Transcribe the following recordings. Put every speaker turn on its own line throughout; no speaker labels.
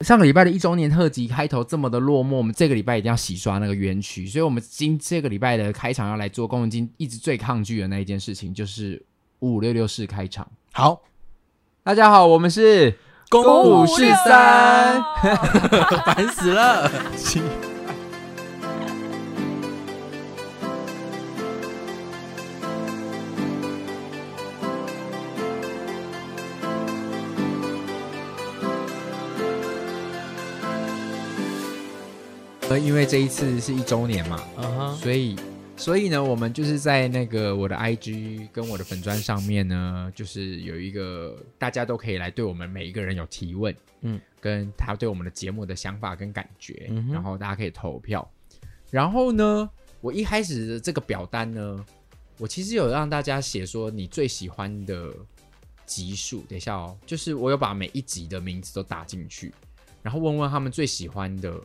上个礼拜的一周年特辑开头这么的落寞，我们这个礼拜一定要洗刷那个冤屈，所以我们今这个礼拜的开场要来做公文金一直最抗拒的那一件事情，就是五五六六式开场。
好，
大家好，我们是公五式三，
烦死了。
呃因为这一次是一周年嘛，
嗯哼，
所以，所以呢，我们就是在那个我的 IG 跟我的粉砖上面呢，就是有一个大家都可以来对我们每一个人有提问，嗯
嗯，
跟他对我们的节目的想法跟感觉，
嗯哼
然后大家可以投票。然后呢，我一开始的这个表单呢，我其实有让大家写说你最喜欢的集数，等一下哦，就是我有把每一集的名字都打进去，然后问问他们最喜欢的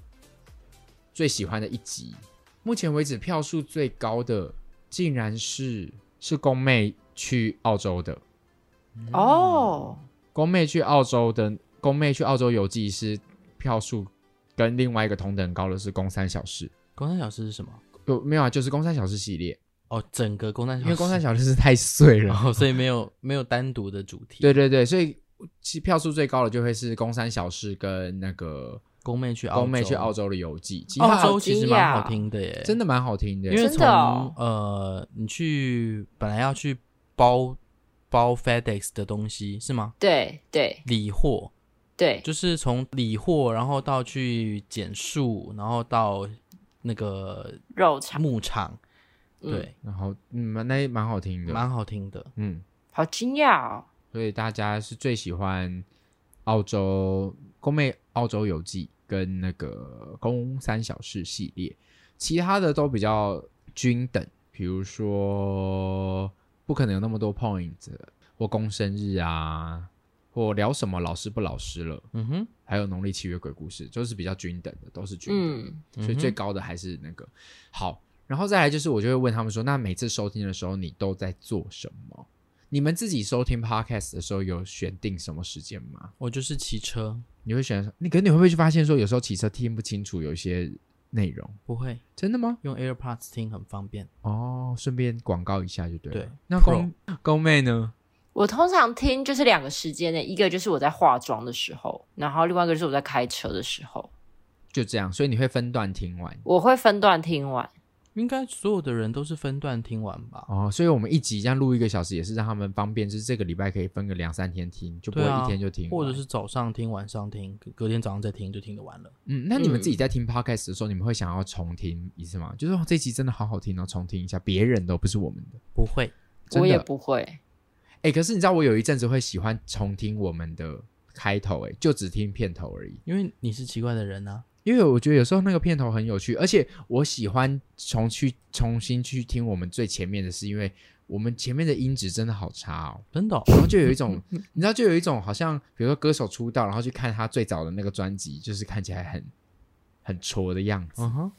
最喜欢的一集。目前为止票数最高的竟然是是宫妹去澳洲的，
哦，
宫妹去澳洲的宫妹去澳洲游记是票数跟另外一个同等高的是宫三小时，
公山小事是什么？
有没有啊？就是宫三小时系列，
哦，整个公山小事，
因为宫三小时是太碎
然
了。
后 所以没有没有单独的主题。
对，对对，所以其票数最高的就会是宫三小时跟那个
宫妹去澳洲，
宫妹去澳，洲的游记，其他
澳
好
洲其实
哦惊讶
蛮好听的耶，
真的蛮好听的，
哦因为
真
从、
的哦
呃，你去本来要去包包 FedEx 的东西是吗？
对对
理货
对，
就是从理货，然后到去捡树，然后到那个
肉肠，
牧场，
嗯
对，
然后嗯，那也蛮好听的，
蛮好听的。
嗯。
好惊讶哦。
所以大家是最喜欢澳洲宫妹澳洲游记跟那个宫三小事系列，其他的都比较均等，比如说不可能有那么多 point 或公生日啊，或聊什么老师不老师了，
嗯哼，
还有农历七月鬼故事，就是比较均等的，都是均等的。
嗯，
所以最高的还是那个好。然后再来就是，我就会问他们说，那每次收听的时候，你都在做什么？你们自己收听 podcast 的时候，有选定什么时间吗？
我就是骑车，
你会选？你可是你会不会去发现说，有时候骑车听不清楚有一些内容？
不会
真的吗？
用 AirPods 听，很方便。
哦，顺便广告一下就对了。
对
那公公妹呢？
我通常听就是两个时间的，一个就是我在化妆的时候，然后另外一个就是我在开车的时候，
就这样，所以你会分段听完
我会分段听完。
应该所有的人都是分段听完吧？
哦。所以我们一集这样录一个小时，也是让他们方便，就是这个礼拜可以分个两三天听，就不
对
会
啊，
一天就听完、
或者是早上听、晚上听，隔隔天早上再听就听得完了。
嗯，那你们
嗯
自己在听 podcast 的时候，你们会想要重听一次吗？就是、哦、这集真的好好听哦，重听一下别人的哦，不是我们的。
不会，
真的
我也不会，
哎、可是你知道我有一阵子会喜欢重听我们的开头，哎，就只听片头而已，
因为你是奇怪的人啊。
因为我觉得有时候那个片头很有趣，而且我喜欢重去重新去听我们最前面的是，因为我们前面的音质真的好差哦。
真的哦、
然后就有一种，你知道，就有一种好像，比如说歌手出道，然后去看他最早的那个专辑，就是看起来很很挫的样子。
嗯哼，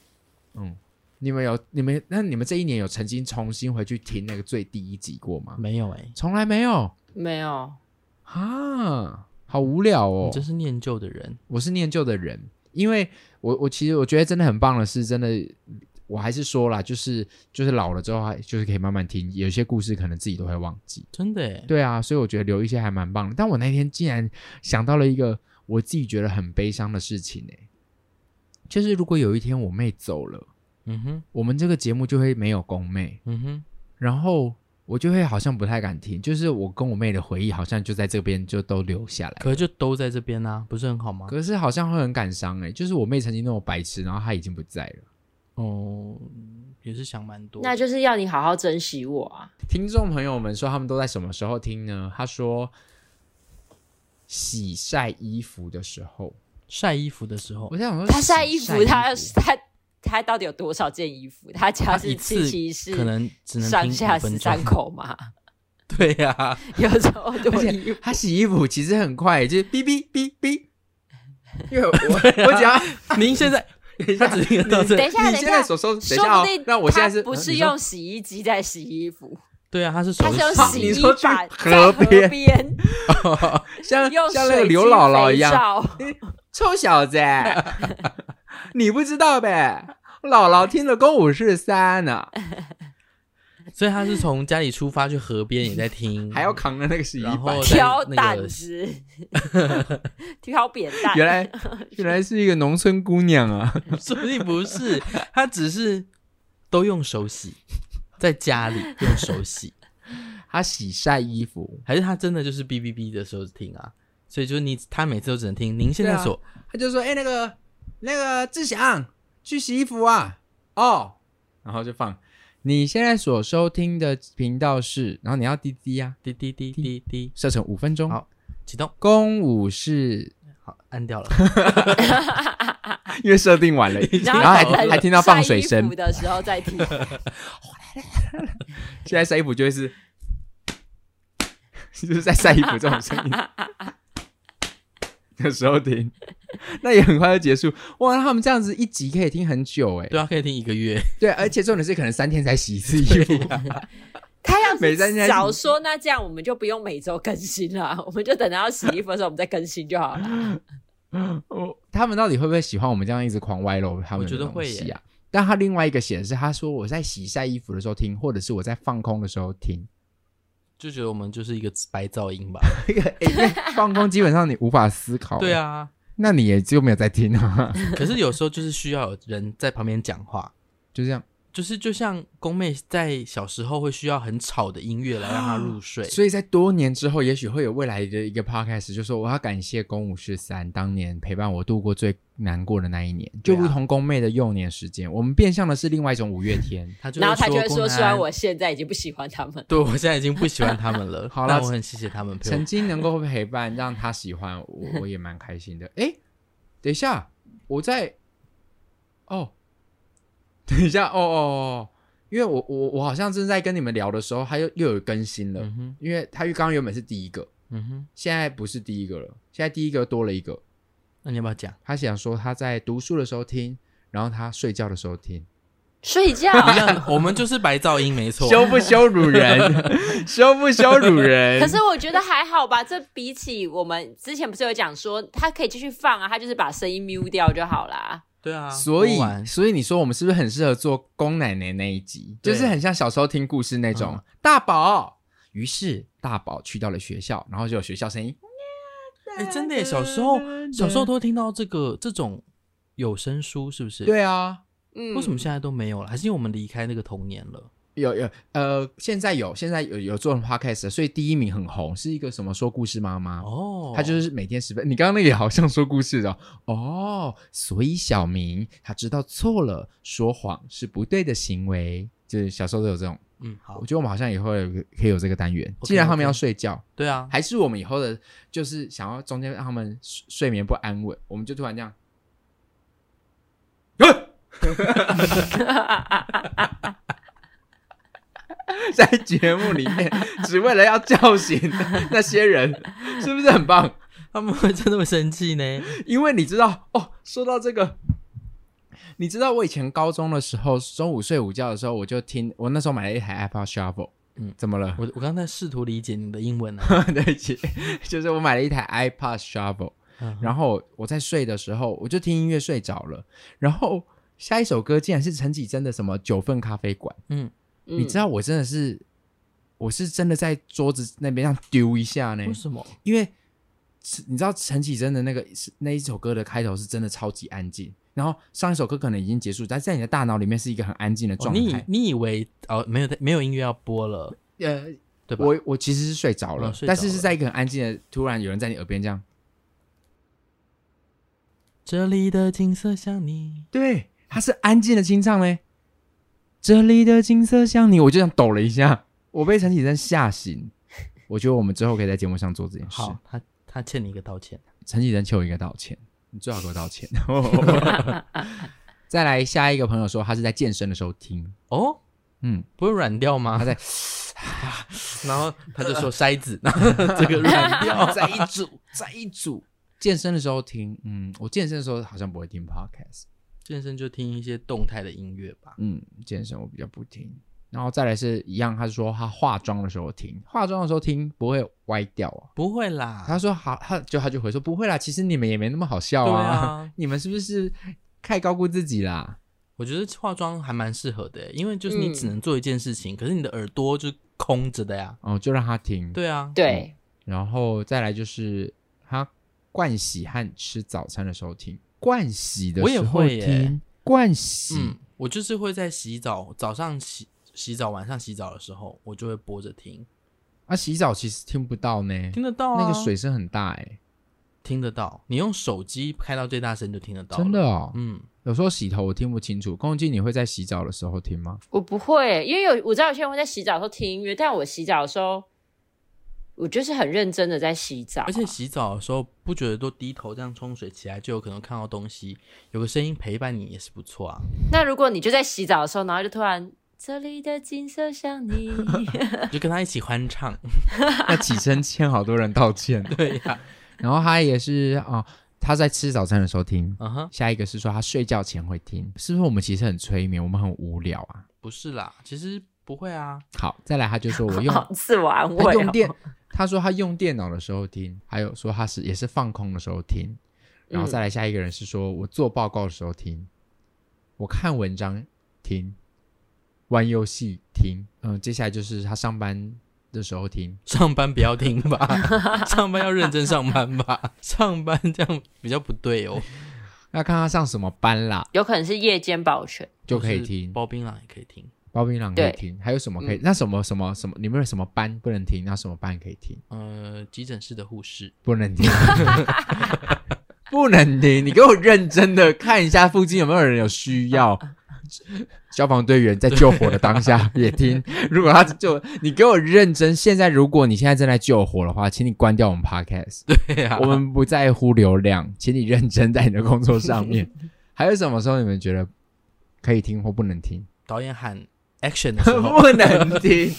嗯，你们有你们那你们这一年有曾经重新回去听那个最第一集过吗？
没有哎、
从来没有
没有。
啊，好无聊哦
你。真是念旧的人。
我是念旧的人，因为我我其实我觉得真的很棒的是，真的我还是说啦，就是就是老了之后还就是可以慢慢听，有些故事可能自己都会忘记。
真的哎，
对啊，所以我觉得留一些还蛮棒的。但我那天竟然想到了一个我自己觉得很悲伤的事情欸呢、就是如果有一天我妹走了，
嗯哼，
我们这个节目就会没有公妹。
嗯哼，
然后我就会好像不太敢听，就是我跟我妹的回忆好像就在这边就都留下来。
可是就都在这边啊，不是很好吗？
可是好像会很感伤哎、就是我妹曾经那么白痴，然后她已经不在了。
哦、也是想蛮多的。
那就是要你好好珍惜我啊！
听众朋友们说他们都在什么时候听呢？他说洗晒衣服的时候，
晒衣服的时候
我，在想说，
他晒衣服，他
晒
他他到底有多少件衣服？他家
他
是
一
七
次
七是
可能只能
上
听
下
5分
十
钟
三口嘛，
对呀、
有这么
而
多
且
衣服。
他洗衣服其实很快，就是哔哔哔哔。因为 我我只要
您现在他只听得到这
等一
里，
下，
你
等一
现
下
在，手 收，等一下
说不
哦
定。
那我现在
他
是
不是
嗯你说
用洗衣机在洗衣服，
对啊，他是手
他是用洗
你
衣
说去
板
河
在河
边
边
像
用
像那个
水
刘
晶
姥姥
肥
一样，
皂
臭小 子，你不知道呗？姥姥听了公五是三 呢，
所以他是从家里出发去河边也在 听，
还要扛着那个洗衣
然
板
后。在
挑
那个
担子，挑扁担。
原 来原来是一个农村姑娘啊！
说不定不是，他只是都用手洗，在家里用手洗，
她洗晒衣服，
还是他真的就是哔哔哔的时候听啊？所以就是你，他每次都只能听。您现在
对啊
所
她就说：“哎、那个那个志祥，去洗衣服啊！”哦，然后就放。你现在所收听的频道是，然后你要滴滴呀、
啊
滴滴滴滴滴，
设成五分钟。
好启动，
公五 是
好按掉了。
因为设定晚了，
然后
然后还
等
还听到放水
晒衣
声
服，的时候再听，
现在晒衣服就会是，就是在晒衣服这种声 音。有时候听，那也很快就结束。哇，那他们这样子一集可以听很久哎、
对啊，可以听一个月。
对，而且重点是可能三天才洗一次衣服。
他要
每三天
是早说那这样我们就不用每周更新了， 我们就等到洗衣服的时候我们再更新就好了。
哦，他们到底会不会喜欢我们这样一直狂歪楼他们
我觉
的
得
东
会
西
耶
啊？但他另外一个写的是，他说我在洗晒衣服的时候听，或者是我在放空的时候 听。
就觉得我们就是一个白噪音吧。
那个、欸因为放空基本上你无法思考。
对，啊，
那你也就没有在听啊，
可是有时候就是需要有人在旁边讲话，
就这样。
就是就像宫妹在小时候会需要很吵的音乐来让她入睡。
所以在多年之后，也许会有未来的一个 podcast，就说我要感谢公五十三当年陪伴我度过最难过的那一年，就
对啊
如同宫妹的幼年时间，我们变相的是另外一种五月 天。
她嗯就
然后他就会
宫
说，
南
虽然我现在已经不喜欢他们，
对我现在已经不喜欢他们了，
好啦
但我很谢谢他们陪
曾
我。
经能够陪伴，让他喜欢 我，我也蛮开心的。哎，等一下，我在哦， 等一下，哦哦哦，因为我我我好像正在跟你们聊的时候，他又又有更新了，
嗯哼，
因为他刚刚原本是第一个，
嗯哼，
现在不是第一个了，现在第一个多了一个。
那你要不要 讲？
他想说他在读书的时候听，然后他睡觉的时候听，
睡 觉
一样，我们就是白噪音，没错。
不羞辱 人？羞不羞辱人
可是我觉得还好吧，这比起我们之前不是有讲说，他可以继续放啊，他就是把声音 mute 掉就好啦。
对啊，
所以
播完，
所以你说我们是不是很适合做宫奶奶那一集？就
对
是很像小时候听故事那种。
嗯
大宝，于是大宝去到了学校，然后就有学校声音。
哎、真的耶，小时候小时候都会听到这个这种有声书，是不是？。
对啊，
嗯，
为什么现在都没有了？还是因为我们离开那个童年了？
有有呃，现在有现在有有做成 podcast，所以第一名很红，是一个什么说故事妈妈。
哦，
嗯他就是每天十分。你刚刚那个也好像说故事的 哦哦，所以小明他知道错了，说谎是不对的行为。就是小时候都有这种，
嗯，好
我，觉得我们好像以后有可以有这个单元。
OK，
既然他们
OK
要睡觉，
对啊，
还是我们以后的，就是想要中间让他们睡睡眠不安稳，我们就突然这 样。 在节目里面，只为了要叫醒那些人，是不是很棒？
他们会真的会生气呢。
因为你知道哦，说到这个，你知道我以前高中的时候，中午睡午觉的时候，我就听我那时候买了一台 Apple Shuffle，嗯
嗯，
怎么了？
我我刚才试图理解你的英文啊，
对不起，就是我买了一台 iPod Shuffle，然后我在睡的时候，我就听音乐睡着了，然后。下一首歌竟然是陈绮贞的什么《九份咖啡馆》，
嗯
你知道我真的是，我是真的在桌子那边这样丢一下呢，
为什么？哦
因为是你知道陈绮贞的那个是那一首歌的开头是真的超级安静，然后上一首歌可能已经结束，但在你的大脑里面是一个很安静的
哦
状
你以
态。
你以为哦没有在没有音乐要播了，
呃，
对吧？
我我其实是睡着了，
嗯睡着
但
了
是是在一个很安静的，突然有人在你耳边这样，
这里的景色像你，
对，它是安静的清唱嘞。这里的景色像你，我就想抖了一下，我被陈绮贞吓醒。我觉得我们之后可以在节目上做这件事。
好，他他欠你一个道歉。
陈绮贞求我一个道歉，你最好给我道 歉。 再来下一个朋友说，他是在健身的时候听，
哦，
嗯，
不会软掉吗？
他在
然后他就说筛子， 然后这个 软掉，
在一组，在一组。健身的时候听，嗯，我健身的时候好像不会听 podcast，
健身就听一些动态的音乐吧。
嗯，健身我比较不听。然后再来是一样，他说他化妆的时候听，化妆的时候听不会歪掉啊。
不会啦，
他说好，他就他就回说不会啦，其实你们也没那么好笑啊，
对啊
你们是不是太高估自己啦？
我觉得化妆还蛮适合的欸耶，因为就是你
嗯
只能做一件事情，可是你的耳朵就是空着的呀。
哦，就让他听。，
对啊，
对，
然后再来就是他盥洗和吃早餐的时候听，盥洗的
我也
时候
会耶
听，盥洗、
嗯，我就是会在洗澡，早上洗洗澡，晚上洗澡的时候，我就会播着听，
啊，洗澡其实听不到呢，
听得到啊，
那个水声很大哎、
听得到，你用手机开到最大声就听得到，
真的，哦。
嗯，
有时候洗头我听不清楚，宫崎你会在洗澡的时候听 吗？
我不会，因为有我知道有些人会在洗澡的时候听音乐，但我洗澡的时候，我就是很认真的在洗澡，
而且洗澡的时候不觉得都低头这样冲水起来就有可能看到东西，有个声音陪伴你也是不错啊，
那如果你就在洗澡的时候，然后就突然这里的景色像 你，
你就跟他一起欢唱，
那起身欠好多人道歉。
对呀、
然后他也是哦，他在吃早餐的时候听。
嗯哼，
下一个是说他睡觉前会听，是不是我们其实很催眠，我们很无聊啊？
不是啦，其实不会啊，
好，再来他就说我用
好自我安
他
慰、
用
哦。
电，他说他用电脑的时候听，还有说他是也是放空的时候听，然后再来下一个人是说我做报告的时候听，我看文章听，玩游戏听，嗯，接下来就是他上班的时候听，
上班不要听吧，上班要认真上班吧，上班这样比较不对哦。
要看他上什么班啦，
有可能是夜间保全，
就可以
就是
听。
包槟榔也可以听，
包槟榔可以
对
听，还有什么可以？那什么什么什么，你们有什么班不能听？那什么班可以听？
呃，急诊室的护士，
不能听， 不能听！你给我认真的看一下附近有没有人有需要。
啊
消防队员在救火的当 下也听。如果他就你给我认真，现在如果你现在正在救火的话，请你关掉我们 podcast，
对呀、
我 们不在乎流量，请你认真在你的工作上 面。还有什么时候你们觉得可以听或不能 听？
导演喊 action 的 时 候，
不能听，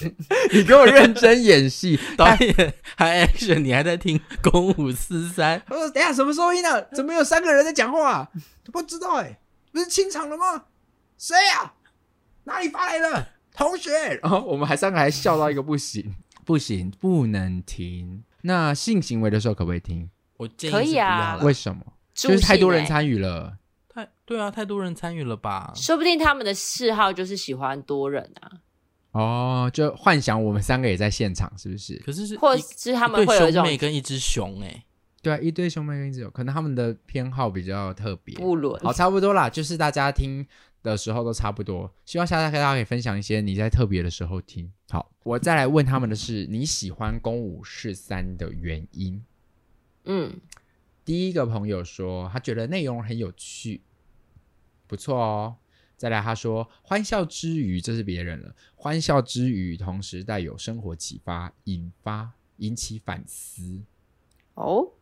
你给我认真演戏。
导演喊 action，你还在听公五四三，
他说：“等一下什么收音呢、怎么有三个人在讲话、啊？不知道哎、不是清场了吗？谁呀、哪里发来的？同学。”然后我们还三个还笑到一个不行，不行，不能停。那性行为的时候可不可以听？
我建议
可
是
以
不要
啊
啦
为什么？
就
就是太多人参与了。
太对啊，太多人参与了吧？
说不定他们的嗜好就是喜欢多人啊，
哦，就幻想我们三个也在现场，是不是？
可是是
或
一
是他们
一
会
对
有一
兄
种
妹跟一只熊哎、
对啊，一堆兄妹跟一只有，可能他们的偏好比较特别。
不伦。
好，差不多啦，就是大家听的时候都差不多。希望下次大家可以分享一些你在特别的时候听。好，我再来问他们的是你喜欢公五是三的原因。
嗯，
第一个朋友说他觉得内容很有趣，不错哦。再来他说欢笑之余，这是别人了，欢笑之余同时带有生活启发，引发引起反思。
哦，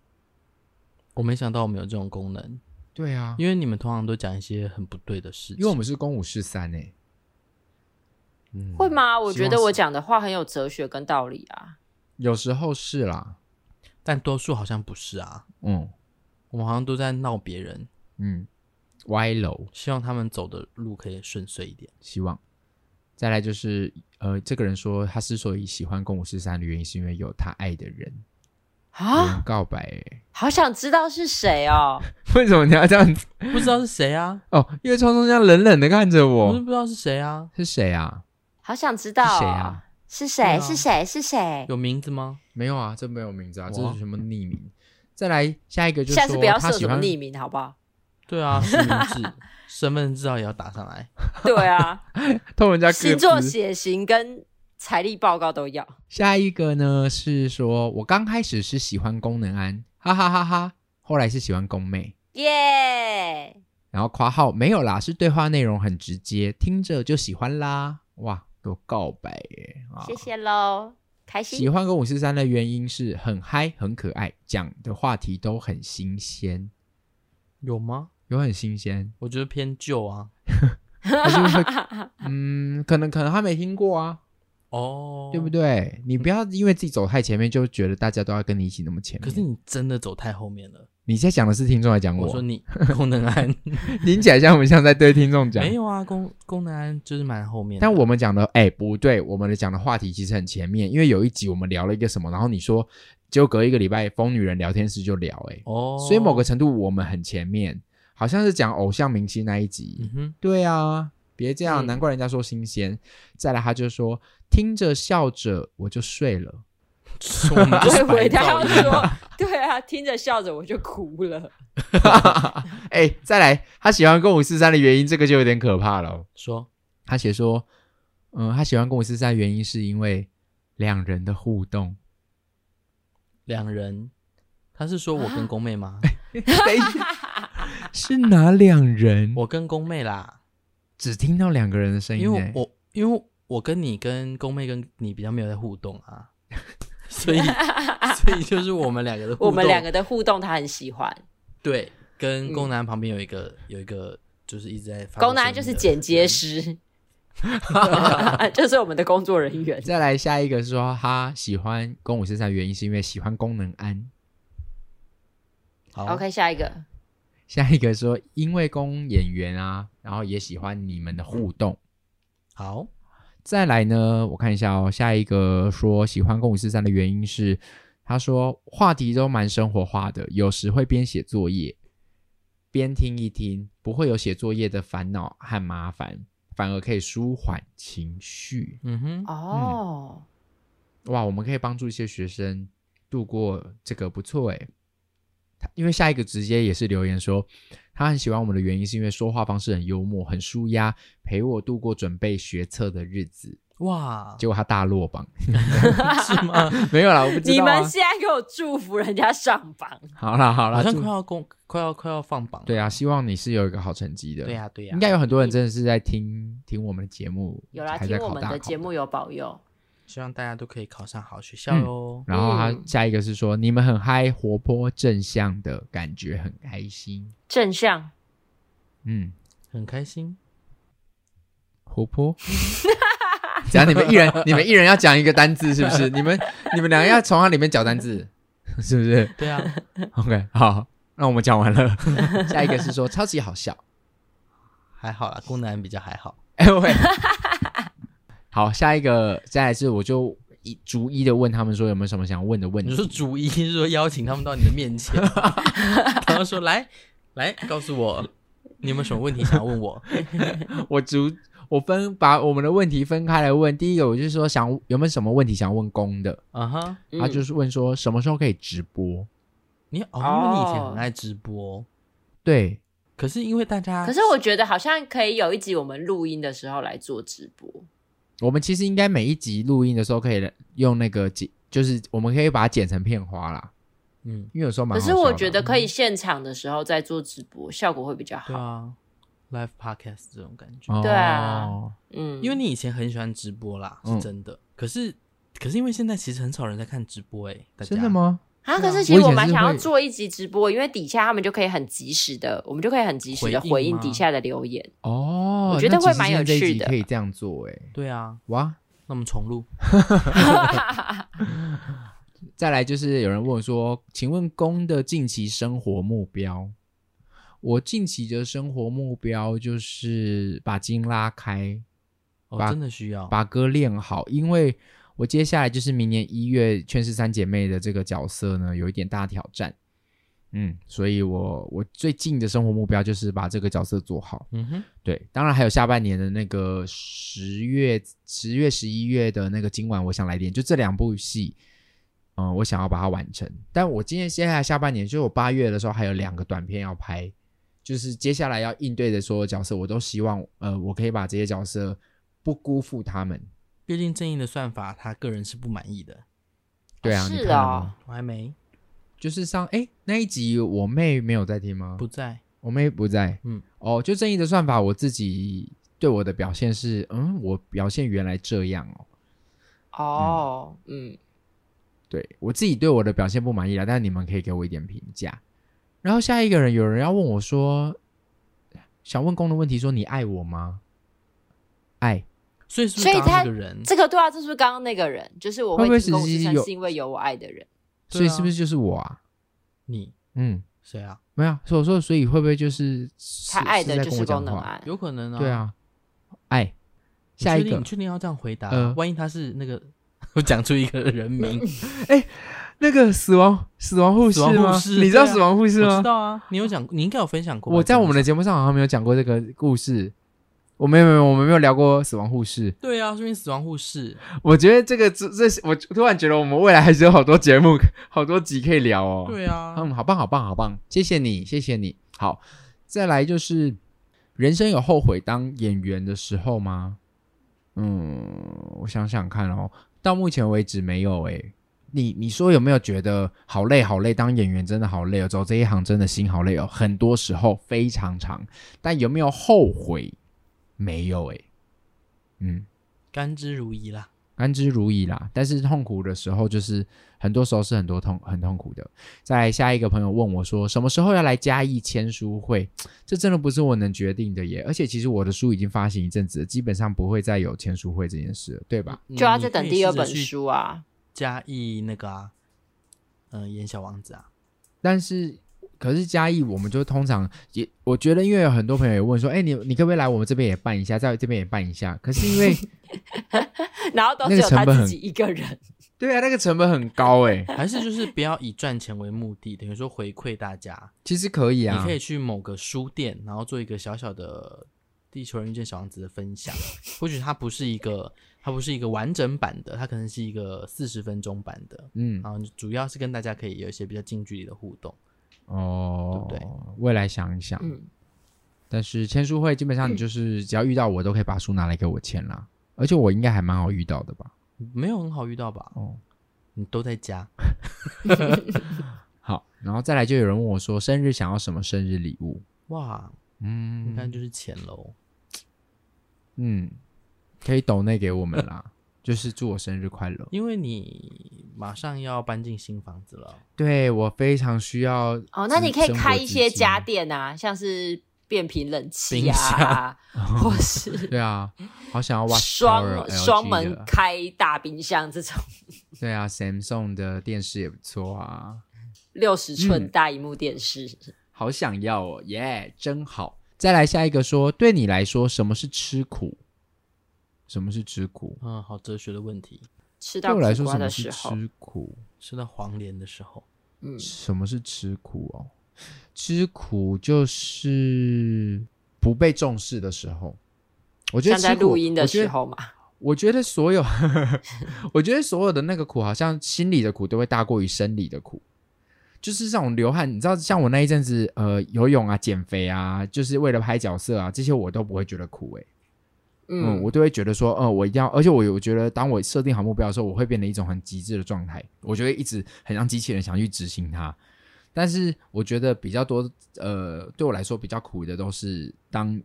我没想到我们有这种功能，
对啊，因为
因为你们通常都讲一些很不对的事情。
因为我们是公五是三欸诶、嗯
会吗？我
希
觉
望
得我
是
讲的话很有哲学跟道理啊。
有时候是啦，
但多数好像不是啊，
嗯
我们好像都在闹别人，
嗯，歪楼。
希望他们走的路可以顺遂一点。
希望。再来就是，呃，这个人说他之所以喜欢共舞十三的原因，是因为有他爱的人有人
啊，
告白、 欸。
好想知道是谁哦。
为什么你要这样子？
不知道是谁啊，
哦，因为超松这样冷冷的看着
我是
我，嗯
不知道是谁啊，
是谁啊？
好想知道、
是
哦、
谁啊？？
是
对
谁？
啊
是谁？是谁？
有名字吗？
没有啊，这没有名字啊，这
哇
是什么匿名？再来下一个就是
下次不要
他
设
喜
什么
欢
匿名，好不好？
对啊，实名制，身份证照也要打上来。
对啊，
偷人家
星
个
座、
资
血型跟财力报告都要。
下一个呢是说我刚开始是喜欢功能安，哈哈哈哈，后来是喜欢宫妹。
耶、
然后括号没有啦，是对话内容很直接，听着就喜欢啦。哇，给我告白耶！啊、
谢。谢喽，开
喜
心。
欢跟五四三的原因是很嗨、很可爱，讲的话题都很新鲜。
有吗？
有很 新鲜，
我觉得偏旧啊。
可是会，嗯，可能可能他没听过啊，
哦
对不？对？你不要因为自己走太前面，就觉得大家都要跟你一起那么前面。
可是你真的走太后面了。
你现在讲的是听众来讲
我说你功能安
听起来像我们像在对听众讲，
没有啊，功功能安就是蛮后面的。啊
但我们讲的，哎、不对，我们的讲的话题其实很前面，因为有一集我们聊了一个什么，然后你说，结果隔一个礼拜，疯女人聊天室就聊、哎、
哦，
所以某个程度我们很前面，好像是讲偶像明星那一集。
嗯哼，
对啊，别这样，
嗯
难怪人家说新鲜。再来，他就说听着笑着我就睡了，
所 以我 们就
我以
是
为他
白噪
要
音。
说，对啊，听着笑着我就哭了。
哎、再来，他喜欢跟五四三的原因，这个就有点可怕了哦。
说
他写说，嗯、他喜欢跟五四三的原因是因为两人的互动。
两人，他是说我跟宫妹吗？
哎等 一下，是哪两人？
我跟宫妹啦，
只听到两个人的声音、
因为
欸，
我因为我跟你跟宫妹跟你比较没有在互动 啊，所以所以就是我们两个的互动，
我们两个的互动他很喜欢，
对，跟宫南旁边有一个、有一个就是一直在发出
宫男就是
声音的
剪 接师，就是我们的工作人员。
再来下一个是说他喜欢宫武身上原因是因为喜欢功能安，
好
OK，下一个，
下一个说因为宫演员啊，然后也喜欢你们的互动。
好，
再来呢，我看一下哦，下一个说喜欢宫武四三的原因是，他说话题都蛮生活化的，有时会边写作业边听一听，不会有写作业的烦恼和麻烦，反而可以舒缓情绪。
嗯哼，
嗯
哦，
哇，我们可以帮助一些学生度过这个，不错诶。他因为下一个直接也是留言说，他很喜欢我们的原因是因为说话方式很幽默，很舒压，陪我度过准备学测的日子。
哇，
结果他大落榜，
是吗？
没有啦，我不知
你
道、啊。
们现在给我祝福人家上榜，
好啦好啦，
好像
祝
快要公快要快要放榜了，
对啊，希望你是有一个好成绩的。
对、啊呀对呀，
应该有很多人真的是在听听我们的节目，
有啦，
还
听
在
我
考
们
大
的
考
节目有保佑，
希望大家都可以考上好学校哟。
然后他
嗯
下一个是说，你们很嗨，活泼正向的感觉，很开心。
正向。
嗯，
很开心，
活 泼。只要你们一 人，你们一人要讲一个单字，是不是？你们你们两个要从它里面找单字， 是不是
对啊，
？OK，好，那我们讲完 了。下一个是说超级好笑，
还好啦，宫南比较还好。
哎喂， 好，下一个再来是我就一逐一的问他们说有没有什么想问的问
你
题。
说逐一是说邀请他们到你的面前， 然后说来来告诉我，你有没有什么问题想要 问我？
我逐我分把我们的问题分开来问。第一个我就是说想有没有什么问题想问公的，
啊哈，
嗯
他就是问说什么时候可以直播？
你哦，
哦
因为你以前很爱直播，
对，
可是因为大
啊
家
可是我觉得好像可以有一集我们录音的时候来做直播，
我们其实应该每一集录音的时候可以用那个剪，就是我们可以把它剪成片花啦，
嗯，
因为有时候蛮
可
好
是
笑
我
的
觉得可以现场的时候再做直播，效果会比较
对
好。
啊，live podcast 这种感觉，
哦
对啊嗯，
因为你以前很喜欢直播啦，
嗯
是真的。可是可是因为现在其实很少人在看直播、欸，哎，大家
真的？吗？
啊，
对
可
啊
是其实我蛮
我以前是
想要
会
做一集直播，因为底下他们就可以很及时的，我们就可以很及时的
回应吗
回应底下的留言。
哦，
我觉得
那其实
会蛮有
现在这一
趣
集
的
可以这样做哎、
对啊，
哇！
那我们重录。
再来就是有人问我说，请问公的近期生活目标？我近期的生活目标就是把筋拉开，
哦，
把
真的需要。
把歌练好，因为我接下来就是明年一月《劝世三姐妹》的这个角色呢，有一点大挑战。嗯，所以我我最近的生活目标就是把这个角色做好。
嗯哼，
对，当然还有下半年的那个十月、十月、十一月的那个今晚，我想来点，就这两部戏，嗯、我想要把它完成。但我今天接下来下半年，就是我八月的时候还有两个短片要拍，就是接下来要应对的所有角色，我都希望呃，我可以把这些角色不辜负他们。
毕竟正义的算法他个人是不满意的。
对啊，
哦
你
是
看了
哦
吗，
我还没
就是上哎那一集我妹没有在听吗？
不在，
我妹不在，嗯
嗯，
哦，就正义的算法，我自己对我的表现是，嗯，我表现原来这样哦，
哦，嗯，
对我自己对我的表现不满意了，但你们可以给我一点评价。然后下一个人有人要问我说，想问公的问题说你爱我吗？爱，
所以是不
所
是
以
刚刚
他
那个人？
这个对啊，这是不是刚刚那个人？就是我
会不会
提供
其实
我十三
有
是因为有我爱的人。
所以是不
对啊
是就是我啊？
你
嗯，
谁啊？
没有啊，所以我说，所以会不会就是
他爱的
在
就
跟我
是
讲
功能
话
爱，
有可能啊。
对，啊，爱。
你
下
确
一
定
个
你，确定要这样回答？
呃
万一他是那个，我讲出一个 人名，
那个死亡死亡护士
死亡护
吗？
士
你知道
对啊
死亡护士
我
吗
知？道啊，你有讲，你应该有分享过吧。
我在我们的节目上好像没有讲过这个故事，我没有没有我们没有聊过死亡护士。
对啊，说明死亡护士
我觉得这个这这是我突然觉得我们未来还是有好多节目好多集可以聊哦。
对啊，
嗯，好棒好棒好棒，谢谢你谢谢你。好，再来就是人生有后悔当演员的时候吗？嗯，我想想看哦，到目前为止没有诶、你你说有没有觉得好累好累？当演员真的好累哦，走这一行真的心好累哦。很多时候非常长，但有没有后悔？没有诶、嗯，
甘之如饴啦。
甘之如饴啦。但是痛苦的时候，就是很多时候是很多痛很痛苦的。在下一个朋友问我说，什么时候要来嘉义签书会？这真的不是我能决定的耶。而且其实我的书已经发行一阵子了，基本上不会再有签书会这件事了，对吧？
就要
你
再等
可以
第二
试着
本
去
书啊。
嘉义那个啊，呃，演小王子啊，
但是。可是嘉义，我们就通常也，我觉得，因为有很多朋友也问说，哎、你你可不可以来我们这边也办一下，在这边也办一下？可是 因为
然后都
那
只
个
有
成
他
本
自
很
己一个人，
对啊，那个成本很高哎、
还是就是不要以赚钱为目的，等于说回馈大家。
其实可以啊，
你可以去某个书店，然后做一个小小的《地球人遇见小王子》的分享。或许它不是一个，它不是一个完整版的，它可能是一个四十分钟版的。
嗯，
然后主要是跟大家可以有一些比较近距离的互动。
哦，
对不对？
未来想一想，
嗯，
但是签书会基本上你就是只要遇到我都可以把书拿来给我签啦，而且我应该还蛮好遇到的吧？
没有很好遇到吧？
哦，
你都在家，
好，然后再来就有人问我说，生日想要什么生日礼物？
哇，应该
嗯
就是钱喽。
嗯，可以抖内给我们啦，就是祝我生日快乐。
因为你马上要搬进新房子了，
对我非常需要
哦，那你可以
生活
开一
资
些
金
家电啊，像是变频冷气
冰
啊， 或 是
对啊，好想要挖
双双门开大冰箱这种
对啊，Samsung 的电视也不错啊。
六十寸
嗯
大荧幕电视。
好想要哦，耶、真好。再来下一个说，对你来说，什么是吃苦？什么是吃苦？
嗯，好哲学的问题。
吃
对
到
我来
苦
说，
瓜
什
的
么是
时候，
吃苦？
吃到黄连的时候，
嗯，
什么是吃苦哦？吃苦就是不被重视的时候。我觉得
像
吃
在
苦
录音的
我觉得
时候嘛，
我觉得所有， 我觉得所有的那个苦，好像心里的苦都会大过于生理的苦。就是这种流汗，你知道，像我那一阵子，呃，游泳啊、减肥啊，就是为了拍角色啊，这些我都不会觉得苦诶、嗯，
嗯，
我都会觉得说，呃，我一定要，而且我有我觉得，当我设定好目标的时候，我会变得一种很极致的状态，我就会一直很像机器人想去执行它。但是我觉得比较多，呃，对我来说比较苦的都是当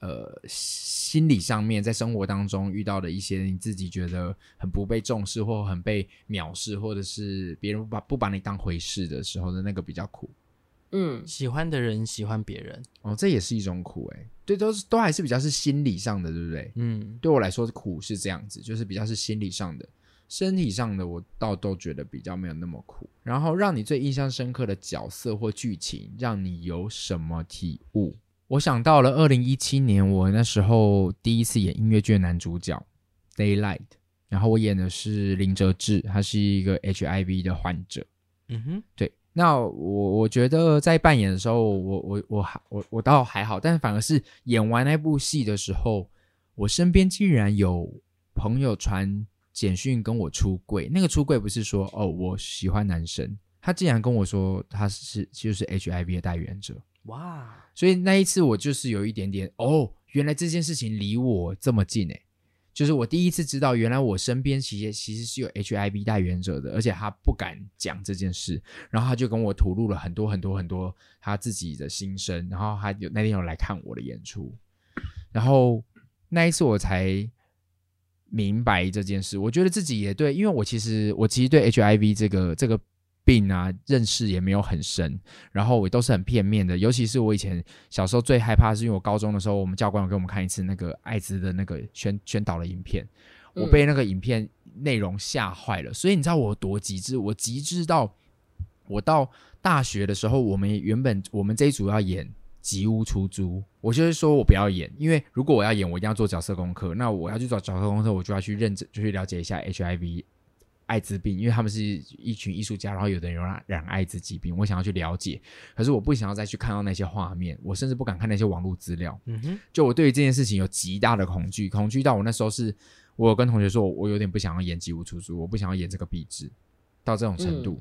呃心理上面在生活当中遇到的一些你自己觉得很不被重视或很被藐视，或者是别人不把不把你当回事的时候的那个比较苦。
嗯，
喜欢的人喜欢别人，
哦，这也是一种苦诶、对，都是都还是比较是心理上的，对不对？
嗯，
对我来说苦是这样子，就是比较是心理上的，身体上的我倒都觉得比较没有那么苦。然后让你最印象深刻的角色或剧情，让你有什么体悟？我想到了二零一七年，我那时候第一次演音乐剧的男主角 Daylight，然后我演的是林哲志，他是一个 HIV 的患者。
嗯哼，
对，那我我觉得在扮演的时候，我我我还我我倒还好，但反而是演完那部戏的时候，我身边竟然有朋友传简讯跟我出柜，那个出柜不是说哦我喜欢男生，他竟然跟我说他是就是 HIV 的代言者，
哇，
所以那一次我就是有一点点哦，原来这件事情离我这么近诶，就是我第一次知道，原来我身边其实其实是有 HIV 代言者的，而且他不敢讲这件事，然后他就跟我吐露了很多很多很多他自己的心声，然后他有那天有来看我的演出，然后那一次我才明白这件事，我觉得自己也对，因为我其实我其实对 HIV 这个这个病啊认识也没有很深，然后我都是很片面的。尤其是我以前小时候最害怕，是因为我高中的时候，我们教官有给我们看一次那个艾滋的那个宣宣导的影片，我被那个影片内容吓坏了。所以你知道我有多极致？我极致到我到大学的时候，我们原本我们这一组要演。吉屋出租，我就是说我不要演，因为如果我要演，我一定要做角色功课。那我要去找角色功课，我就要去认真，就去了解一下 HIV 艾滋病，因为他们是一群艺术家，然后有的人有染染艾滋疾病，我想要去了解，可是我不想要再去看到那些画面，我甚至不敢看那些网络资料。
嗯哼，
就我对于这件事情有极大的恐惧，恐惧到我那时候是，我有跟同学说，我我有点不想要演《吉屋出租》，我不想要演这个壁纸，到这种程度。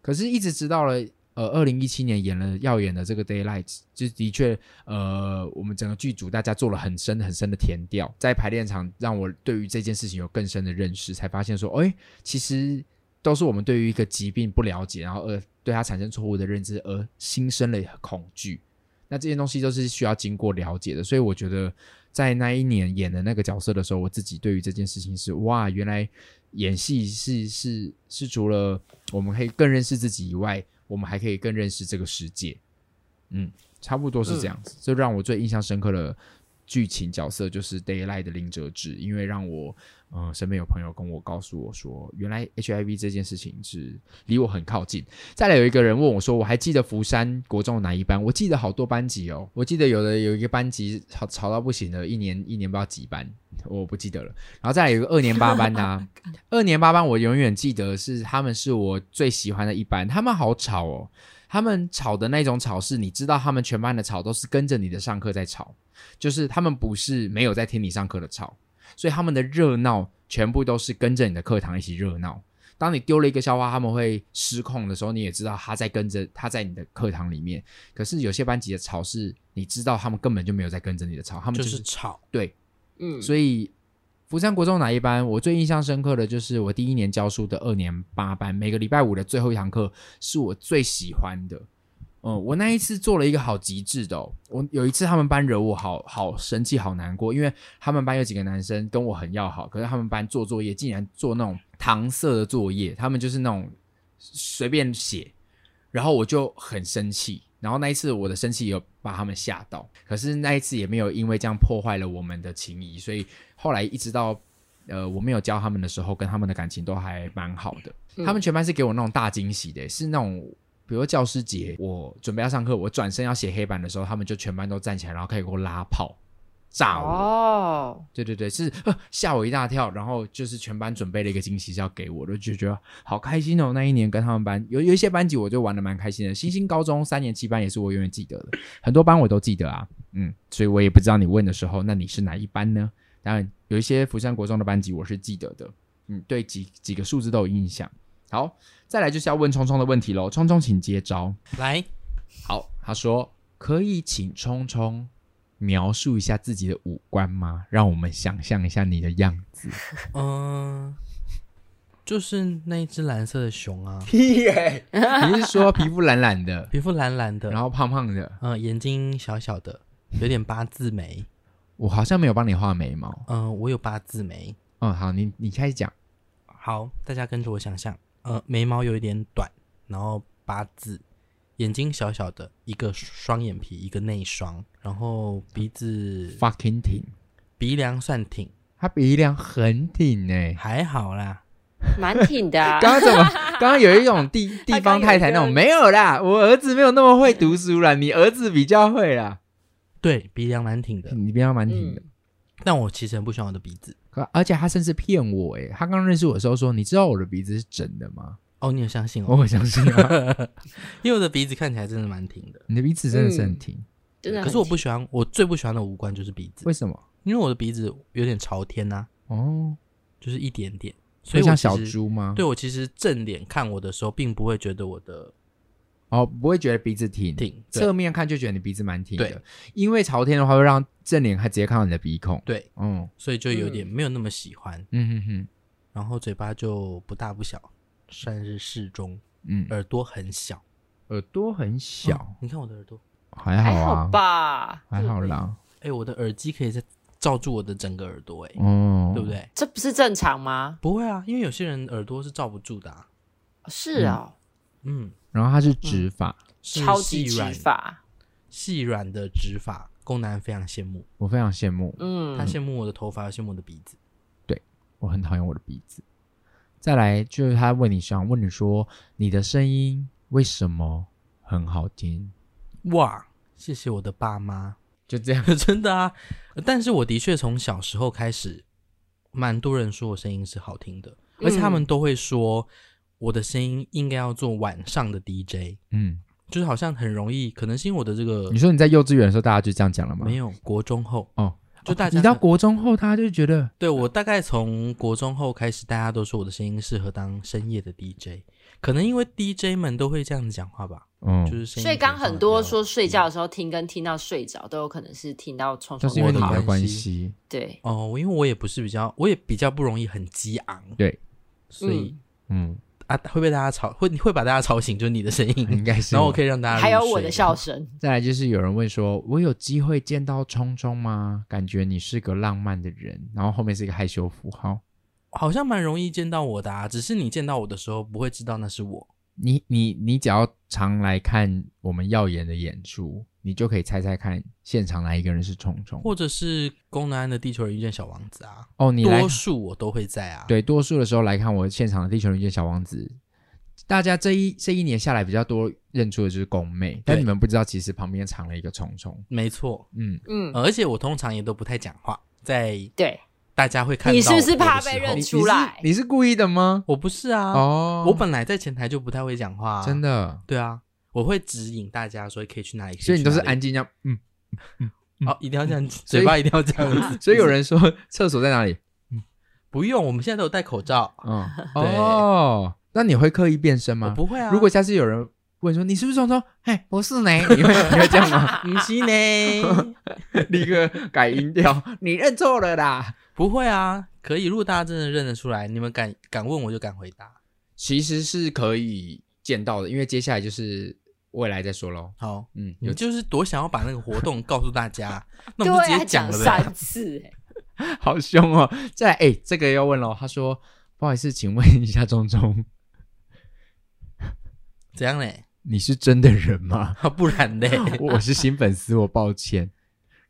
可是，一直直到了呃二零一七年演了耀眼的这个 Daylight，就的确呃我们整个剧组大家做了很深很深的填调，在排练场让我对于这件事情有更深的认识，才发现说，哎、其实都是我们对于一个疾病不了解，然后而对它产生错误的认知，而心生了恐惧。那这些东西都是需要经过了解的，所以我觉得在那一年演的那个角色的时候，我自己对于这件事情是哇，原来演戏是是是除了我们可以更认识自己以外，我们还可以更认识这个世界。嗯，差不多是这样子。这、让我最印象深刻的剧情角色就是《Daylight》的林哲志，因为让我嗯、呃身边有朋友跟我告诉我说，原来 HIV 这件事情是离我很靠近。再来有一个人问我说，我还记得福山国中哪一班？我记得好多班级哦，我记得有的有一个班级吵吵到不行了，一年一年不知道几班，我不记得了。然后再来有一个二年八班呐、 二年八班我永远记得是他们是我最喜欢的一班，他们好吵哦。他们吵的那种吵是，你知道他们全班的吵都是跟着你的上课在吵，就是他们不是没有在听你上课的吵，所以他们的热闹全部都是跟着你的课堂一起热闹。当你丢了一个笑话，他们会失控的时候，你也知道他在跟着他在你的课堂里面。可是有些班级的吵是，你知道他们根本就没有在跟着你的吵，他们
就
就是
是吵，
对
嗯，
所以福山国中哪一班？我最印象深刻的就是我第一年教书的二年八班，每个礼拜五的最后一堂课是我最喜欢的。嗯，我那一次做了一个好极致的、哦，我有一次他们班惹我好好生气、好难过，因为他们班有几个男生跟我很要好，可是他们班做作业竟然做那种搪塞的作业，他们就是那种随便写，然后我就很生气。然后那一次我的生气有把他们吓到，可是那一次也没有因为这样破坏了我们的情谊，所以后来一直到呃我没有教他们的时候，跟他们的感情都还蛮好的。他们全班是给我那种大惊喜的，是那种。比如教师节，我准备要上课，我转身要写黑板的时候，他们就全班都站起来，然后开始给我拉炮、炸我。
哦，
对对对，是呃吓我一大跳，然后就是全班准备了一个惊喜是要给我的，就觉得好开心哦。那一年跟他们班有有一些班级我就玩的蛮开心的，星星高中三年七班也是我永远记得的，很多班我都记得啊，嗯，所以我也不知道你问的时候，那你是哪一班呢？当然有一些福山国中的班级我是记得的，嗯，对几几个数字都有印象。好，再来就是要问聪聪的问题喽，聪聪请接招。
来，
好，他说可以请聪聪描述一下自己的五官吗？让我们想象一下你的样子。
嗯，就是那一只蓝色的熊啊，
屁耶、你是说皮肤蓝蓝的，
皮肤蓝蓝的，
然
后
后胖胖的？
嗯、眼睛小小的，有点八字眉。
我好像没有帮你画眉毛。
嗯、我有八字眉。
嗯，好，你你开始讲。
好，大家跟着我想象，呃，眉毛有一点短，然后八字，眼睛小小的，一个双眼皮，一个内双，然后鼻子
Fucking 挺，
鼻梁算挺，
他鼻梁很挺哎、
还好啦。
蛮挺的、啊。
刚刚怎么？刚刚有一种地地方太太那种，没有啦，我儿子没有那么会读书啦，你儿子比较会啦。
对，鼻梁蛮挺的，
你鼻梁
嗯
蛮挺的，
但我其实很不喜欢我的鼻子。
可嗯而且他甚至骗我哎、他刚认识我的时候说，你知道我的鼻子是整的吗？
哦，你有相信哦？
我很相信啊，
因为我的鼻子看起来真的蛮挺的，
你的鼻子真的是很
嗯
挺，
真的很
可是我不喜欢，我最不喜欢的五官就是鼻子
为，什么？
因为我的鼻子有点朝天呐、啊
哦，
就是一点点，所
所
以
以
我
像
其
小
实。
猪吗？
对，我其实正脸看我的时候，并不会觉得我的
哦，不会觉得鼻子挺，
挺对
嗯侧面看就觉得你鼻子蛮挺的
对，
因为朝天的话会让正脸还直接看到你的鼻孔，
对，
嗯
所以就有点没有那么喜欢。
嗯哼哼，
然后嘴巴就不大不小，算是适中，
嗯，
耳朵很小，
耳朵很小，
嗯你看我的耳朵，
还好
还好
啊，
吧？嗯
还好啦，
哎，我的耳机可以在罩住我的整个耳朵，哎、
哦，
对不？对？
这不是正常吗？
不会啊，因为有些人耳朵是罩不住的、啊。
是哦，
嗯，
然后它是直发，
是
超
细
级直
软
发，
细软的直发，宫男非常羡慕，
我非常羡慕，
他
嗯，
羡慕我的头发，又羡慕我的鼻子。
我很讨厌我的鼻子。再来就是他问你想问你说你的声音为什么很好听？
哇，谢谢我的爸妈，
就这样，
真的啊！但是我的确从小时候开始，蛮多人说我声音是好听的，而且他们都会说我的声音应该要做晚上的 DJ，
嗯，
就是好像很容易，可能是因为我的这个
你说你在幼稚园的时候大家就这样讲了吗？
没有国中后，
哦，
就大家
你到国中后，他就觉得
对我大概从国中后开始，大家都说我的声音适合当深夜的 DJ，可能因为 DJ 们都会这样子讲话吧，
嗯，
就是声音
所以刚
可能
很多
放得
说睡觉的时候听跟听到睡着都有可能是听到冲
就
冲
是因为你
我
的
的
关
关
系，
对
比较哦，因为我也不是比较，我也比较不容易很激昂，
对，
所以、
嗯，
啊会被大家吵，会会把大家吵醒，就是你的声
应
音，
该是。
然后我可以让大家
还有
入
我
睡
的笑声，
再来就是有人问说，我有机会见到冲冲吗？感觉你是个浪漫的人，然后后面是一个害羞符号。
好像蛮容易见到我的、啊，只是你见到我的时候不会知道那是我。
你你你只要常来看我们耀眼的演出，你就可以猜猜看现场哪一个人是冲冲。
或者是宫南安的《地球人遇见小王子》啊，
哦，你来
多数我都会在啊。，
对多数的时候来看我现场的《地球人见小王子》，大家这一这一年下来比较多认出的就是宫妹，但
对
你们不知道其实旁边藏了一个冲冲。
没错、
嗯，
嗯，
呃而且我通常也都不太讲话，在
对，
大家会看到
你是不是
我的
怕
时
被
候
认
你
出来
你是你是故意的吗？
我不是啊，
哦，
我本来在前台就不太会讲话、啊，
真。的，
对啊，我会指引大家说可以去哪里，可
所以你都是
去哪
安
里
静这样，嗯。
哦，一定要这样，
所以
嘴巴一定要这样
。
子
所以有人 说厕所在哪里？
不用，我们现在都有戴口罩，
嗯，
对
哦，那你会刻意变身
我
吗？
不会啊。
如果下次有人问说你是不是虫虫，嘿，不是 呢，你会你会这样吗？
不是呢，
立刻改音 调，你认错了啦。
不会啊，可以。如果大家真的认得出来，你们敢敢问我就敢回答。
其实是可以见到的，因为接下来就是未来再说喽。
好，
嗯，有
你就是多想要把那个活动告诉 大家，那我们就
对
直
啊，
接
讲
了呗。
三次，哎，
好凶哦。再来，哎、这个要问喽。他说不好意思，请问一下钟钟，
怎样嘞？
你是真的人吗？
啊，不然嘞，
我我是新粉丝，我抱歉。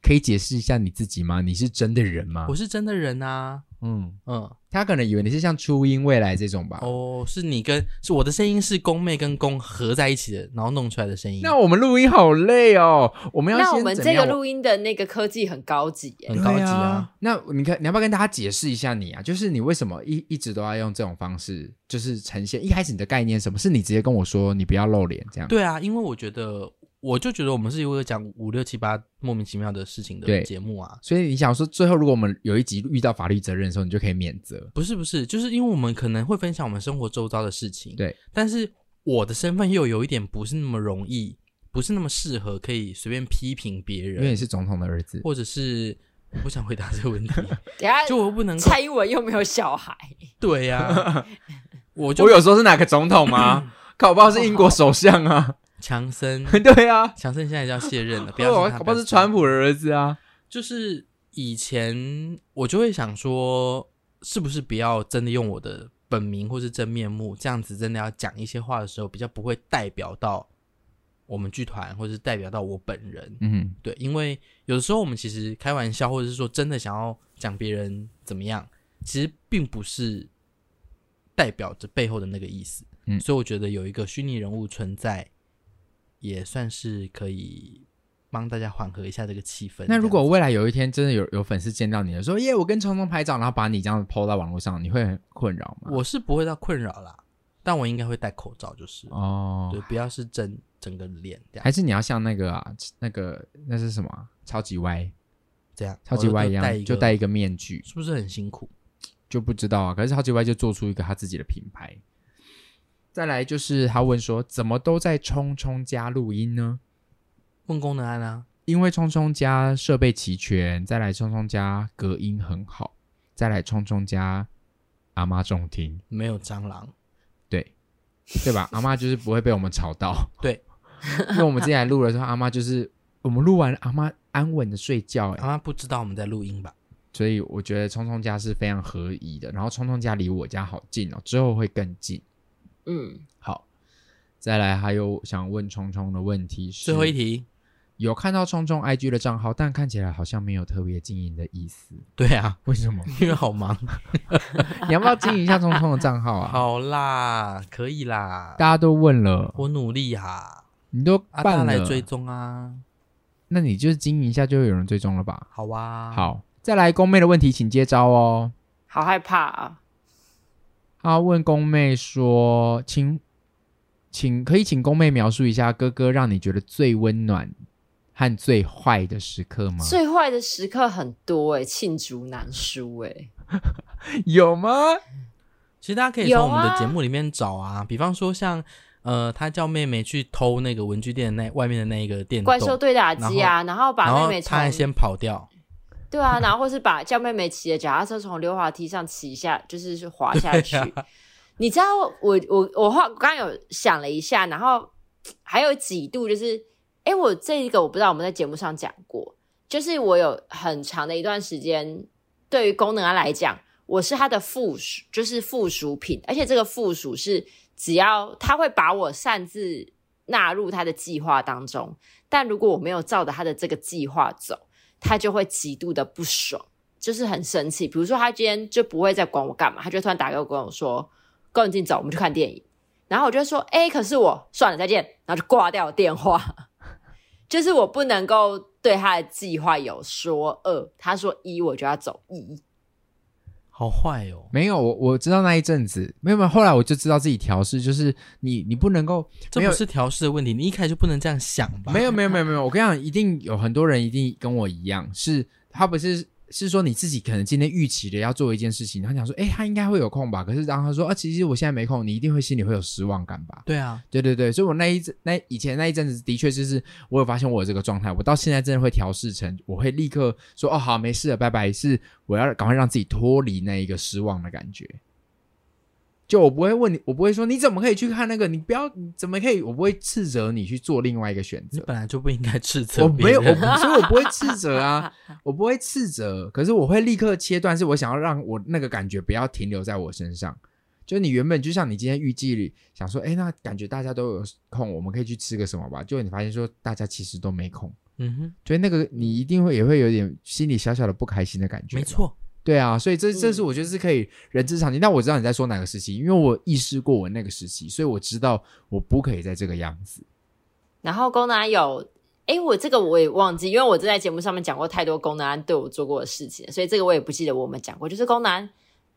可以解释一下你自己吗？你是真的人吗
我？是真的人啊。
嗯，
嗯，
他可能以为你是像初音未来这种吧。
哦，是你跟是我的声音是宫妹跟宫合在一起的，然后弄出来的声音。
那我们录音好累哦，我们要
那
先
我们
怎
这
样
个录音的那个科技很高级，哎，
很高级
对
啊
啊。那你看，你要不要跟大家解释一下你啊？就是你为什么一一直都要用这种方式，就是呈现一开始你的概念是什么？是你直接跟我说你不要露脸这样？
对啊，因为我觉得，我就觉得我们是一个讲五六七八莫名其妙的事情
对
的节目啊。
所以你想说，最后如果我们有一集遇到法律责任的时候，你就可以免责。
不是不是，就是因为我们可能会分享我们生活周遭的事情，
对。
但是我的身份又有一点不是那么容易，不是那么适合可以随便批评别
因为你
人，
是总统的儿子，
或者是我不想回答这个 问题，
等下
就我不能 够
蔡英文又没有小孩，
对呀、 啊，我就
我有说是哪个总统 吗？搞不好是英国首相啊，，
强森
对啊，哦
强森现在就要卸任了，不要
搞
说他
不好是川普的儿子啊。
就是以前我就会想说，是不是不要真的用我的本名或是真面目，这样子真的要讲一些话的时候，比较不会代表到我们剧团，或是代表到我本人。
嗯，
对，因为有的时候我们其实开玩笑，或者是说真的想要讲别人怎么样，其实并不是代表着背后的那个意思。
嗯
所以我觉得有一个虚拟人物存在，也算是可以帮大家缓和一下这个气氛。
那如果
这样子
未来有一天真的有有粉丝见到你了，说耶，我跟虫虫拍照，然后把你这样 PO 到网络上，你会很困扰吗？
我是不会到困扰啦，但我应该会戴口罩，就是、
哦
对，，不要是整整个脸这
还
样，
是你要像那个啊，那个那是什么啊、超级歪，
这样
超级
我
歪
就
一
戴一
样，
个
就戴一个面具，
是不是很辛苦？
就不知道啊。可是超级歪就做出一个他自己的品牌。再来就是他问说，怎么都在冲冲家录音呢？
问功能安啊，
因为冲冲家设备齐全，再来冲冲家隔音很好，再来冲冲家阿妈重听。
没有蟑螂，
对，对 吧？阿妈就是不会被我们吵到。
对，
因为我们之前录的时候，阿妈就是我们录完，阿妈安稳的睡觉、
阿
欸，
妈不知道我们在录音吧？
所以我觉得聪聪家是非常合宜的。然后聪聪家离我家好近哦，之后会更近。
嗯，
好，再来还有想问冲冲的问题是，
最后一题，
有看到冲冲 IG 的账号，但看起来好像没有特别经营的意思，
对啊，
为什么？
因为好忙。
你要不要经营一下冲冲的账号啊？，
好啦，可以啦，
大家都问了，
我努力啊，
你都
啊，大家
办了，
来追踪啊，
那你就是经营一下就会有人追踪了吧？
好啊，，
好，再来宫妹的问题，请接招哦。
好害怕啊！
他问宫妹说：“请，请可以请宫妹描述一下哥哥让你觉得最温暖和最坏的时刻
嗯
吗？
最坏的时刻很多哎、罄竹难书哎、
有吗？
其实大家可以
有
从我们的
啊
节目里面找啊，比方说像呃，他叫妹妹去偷那个文具店的那外面的那一个电动
怪兽对打机啊，然后把
然
妹
后
妹
他
从
还先跑掉，
对啊，然后或是把叫妹妹骑着脚踏车从溜滑梯上骑下，就是滑下去。
对
你知道我我我后刚刚有想了一下，然后还有几度就是，哎，我这一个我不知道我们在节目上讲过，就是我有很长的一段时间，对于功能安啊来讲，我是它的附属，就是附属品，而且这个附属是只要他会把我擅自纳入他的计划当中，但如果我没有照着他的这个计划走，他就会极度的不爽，就是很生气。比如说，他今天就不会再管我干嘛，他就突然打给我跟我说：“跟我进走，我们去看电影。”然后我就说：“哎、可是我算了，再见。”然后就挂掉电话。 就是我不能够对他的计划有说二，他说一，我就要走一。
好坏哦，
没有，我我知道那一阵子没有没有，后来我就知道自己调试，就是你你不能够
这
没有
不是调试的问题，你一开始就不能这样想吧？
没有没有没有没有，我跟你讲，一定有很多人一定跟我一样，是他不是是说你自己可能今天预期的要做一件事情，然后想说，哎、他应该会有空吧？可是当他说，啊，其实我现在没空，你一定会心里会有失望感吧？
对啊，
对对对，所以我那一阵那以前那一阵子的确就是我有发现我有这个状态，我到现在真的会调试成，我会立刻说，哦，好，没事了，拜拜，是我要赶快让自己脱离那一个失望的感觉。就我不会问你，我不会说你怎么可以去看那个，你不要你怎么可以，我不会斥责你去做另外一个选
你
择。
本来就不应该斥责
我
别
没有，我
人
不所以我不会斥责 啊，我不会斥责，可是我会立刻切断，是我想要让我那个感觉不要停留在我身上。就你原本就像你今天预计里想说，哎，那感觉大家都有空，我们可以去吃个什么吧？就你发现说大家其实都没空，
嗯哼，
所以那个你一定会也会有点心里小小的不开心的感觉。
没，错，嗯
对啊，所以这这是我觉得是可以人之常情。但我知道你在说哪个时期，因为我意识过我那个时期，所以我知道我不可以再这个样子。
然后功能安有，诶，我这个我也忘记，因为我正在节目上面讲过太多功能安对我做过的事情了，所以这个我也不记得我们讲过。就是功能安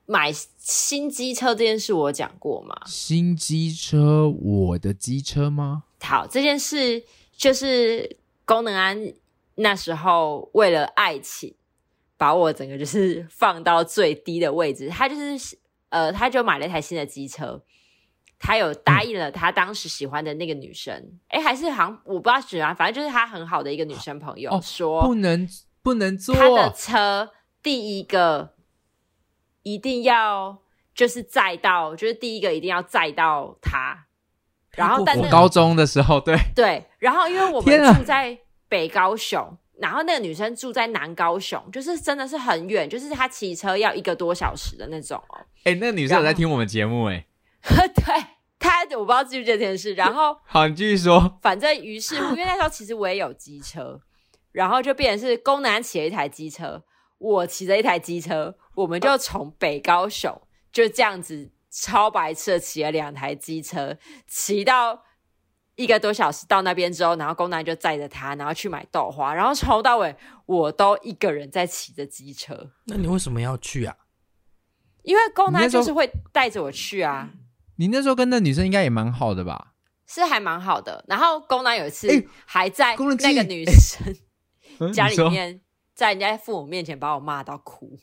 买新机车这件事，我有讲过嘛？
新机车，我的机车吗？
好，这件事就是功能安那时候为了爱情，把我整个就是放到最低的位置。他就是呃，他就买了一台新的机车，他有答应了他当时喜欢的那个女生，诶，还是好像我不知道喜欢，反正就是他很好的一个女生朋友、
哦不
说，
能不能坐，
他的车第一个一定要就是载到，就是第一个一定要载到他。然后，但
我
那
我
个
高中的时候，对，
对，然后因为我
天啊
们住在北高雄，然后那个女生住在南高雄，就是真的是很远，就是她骑车要一个多小时的那种哦。
哎、那个女
生有在
听我们节目、哎，
对，她我不知道记不记得这件事，然后
好，你继续说。
反正 于是乎，因为那时候其实我也有机车，然后就变成是宫南骑了一台机车，我骑着一台机车，我们就从北高雄就这样子超白痴的骑了两台机车，骑到一个多小时到那边之后，然后宫南就载着他，然后去买豆花，然后从头到尾我都一个人在骑着机车，
那你为什么要去啊？
因为宫
你
南
那时候
就是会带着我去啊，
你那时候跟那女生应该也蛮好的吧？
是还蛮好的。然后宫南有一次
哎
还在
宫南哎
那个
自己
女生。
嗯
家
你
里
说
面在人家父母面前把我骂到哭。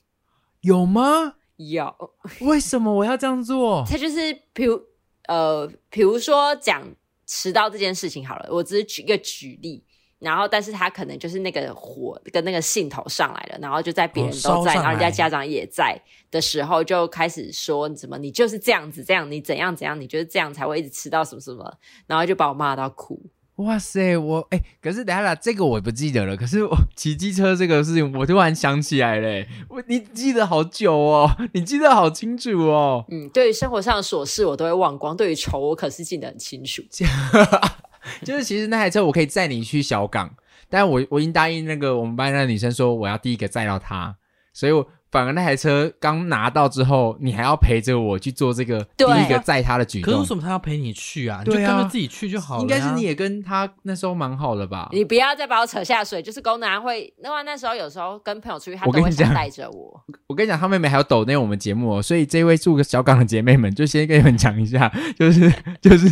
有吗？
哦
有，
为什么我要这样做？
他就是比如呃，比如说讲迟到这件事情好了，我只是举一个举例。然后，但是他可能就是那个火跟那个兴头上来了，然后就在别人
哦烧
都在，
上来
然后人家家长也在的时候，就开始说你怎么你就是这样子，这样你怎样怎样，你就是这样才会一直迟到什么什么，然后就把我骂到哭。
哇塞，我哎、可是等一下啦，这个我不记得了。可是我骑机车这个事情，我突然想起来嘞、我你记得好久哦，你记得好清楚哦。
嗯，对于生活上的琐事我都会忘光，对于仇我可是记得很清楚。
就是其实那台车我可以载你去小港，但我我已经答应那个我们班那个女生说我要第一个载到她，所以我反而那台车刚拿到之后，你还要陪着我去做这个第
对
一个载她的举
可是
动
为。什么他要陪你去啊？你就
对
跟
啊
着自己去就好了、
应该是你，也跟她那时候蛮好的吧？
你不要再把我扯下水，就是公男会，那么那时候有时候跟朋友出去，他
我
都
跟
会
你讲
想带着我。
我跟你讲，她妹妹还有抖内我们节目、哦，所以这位住个小港的姐妹们，就先跟你们讲一下， 就是就是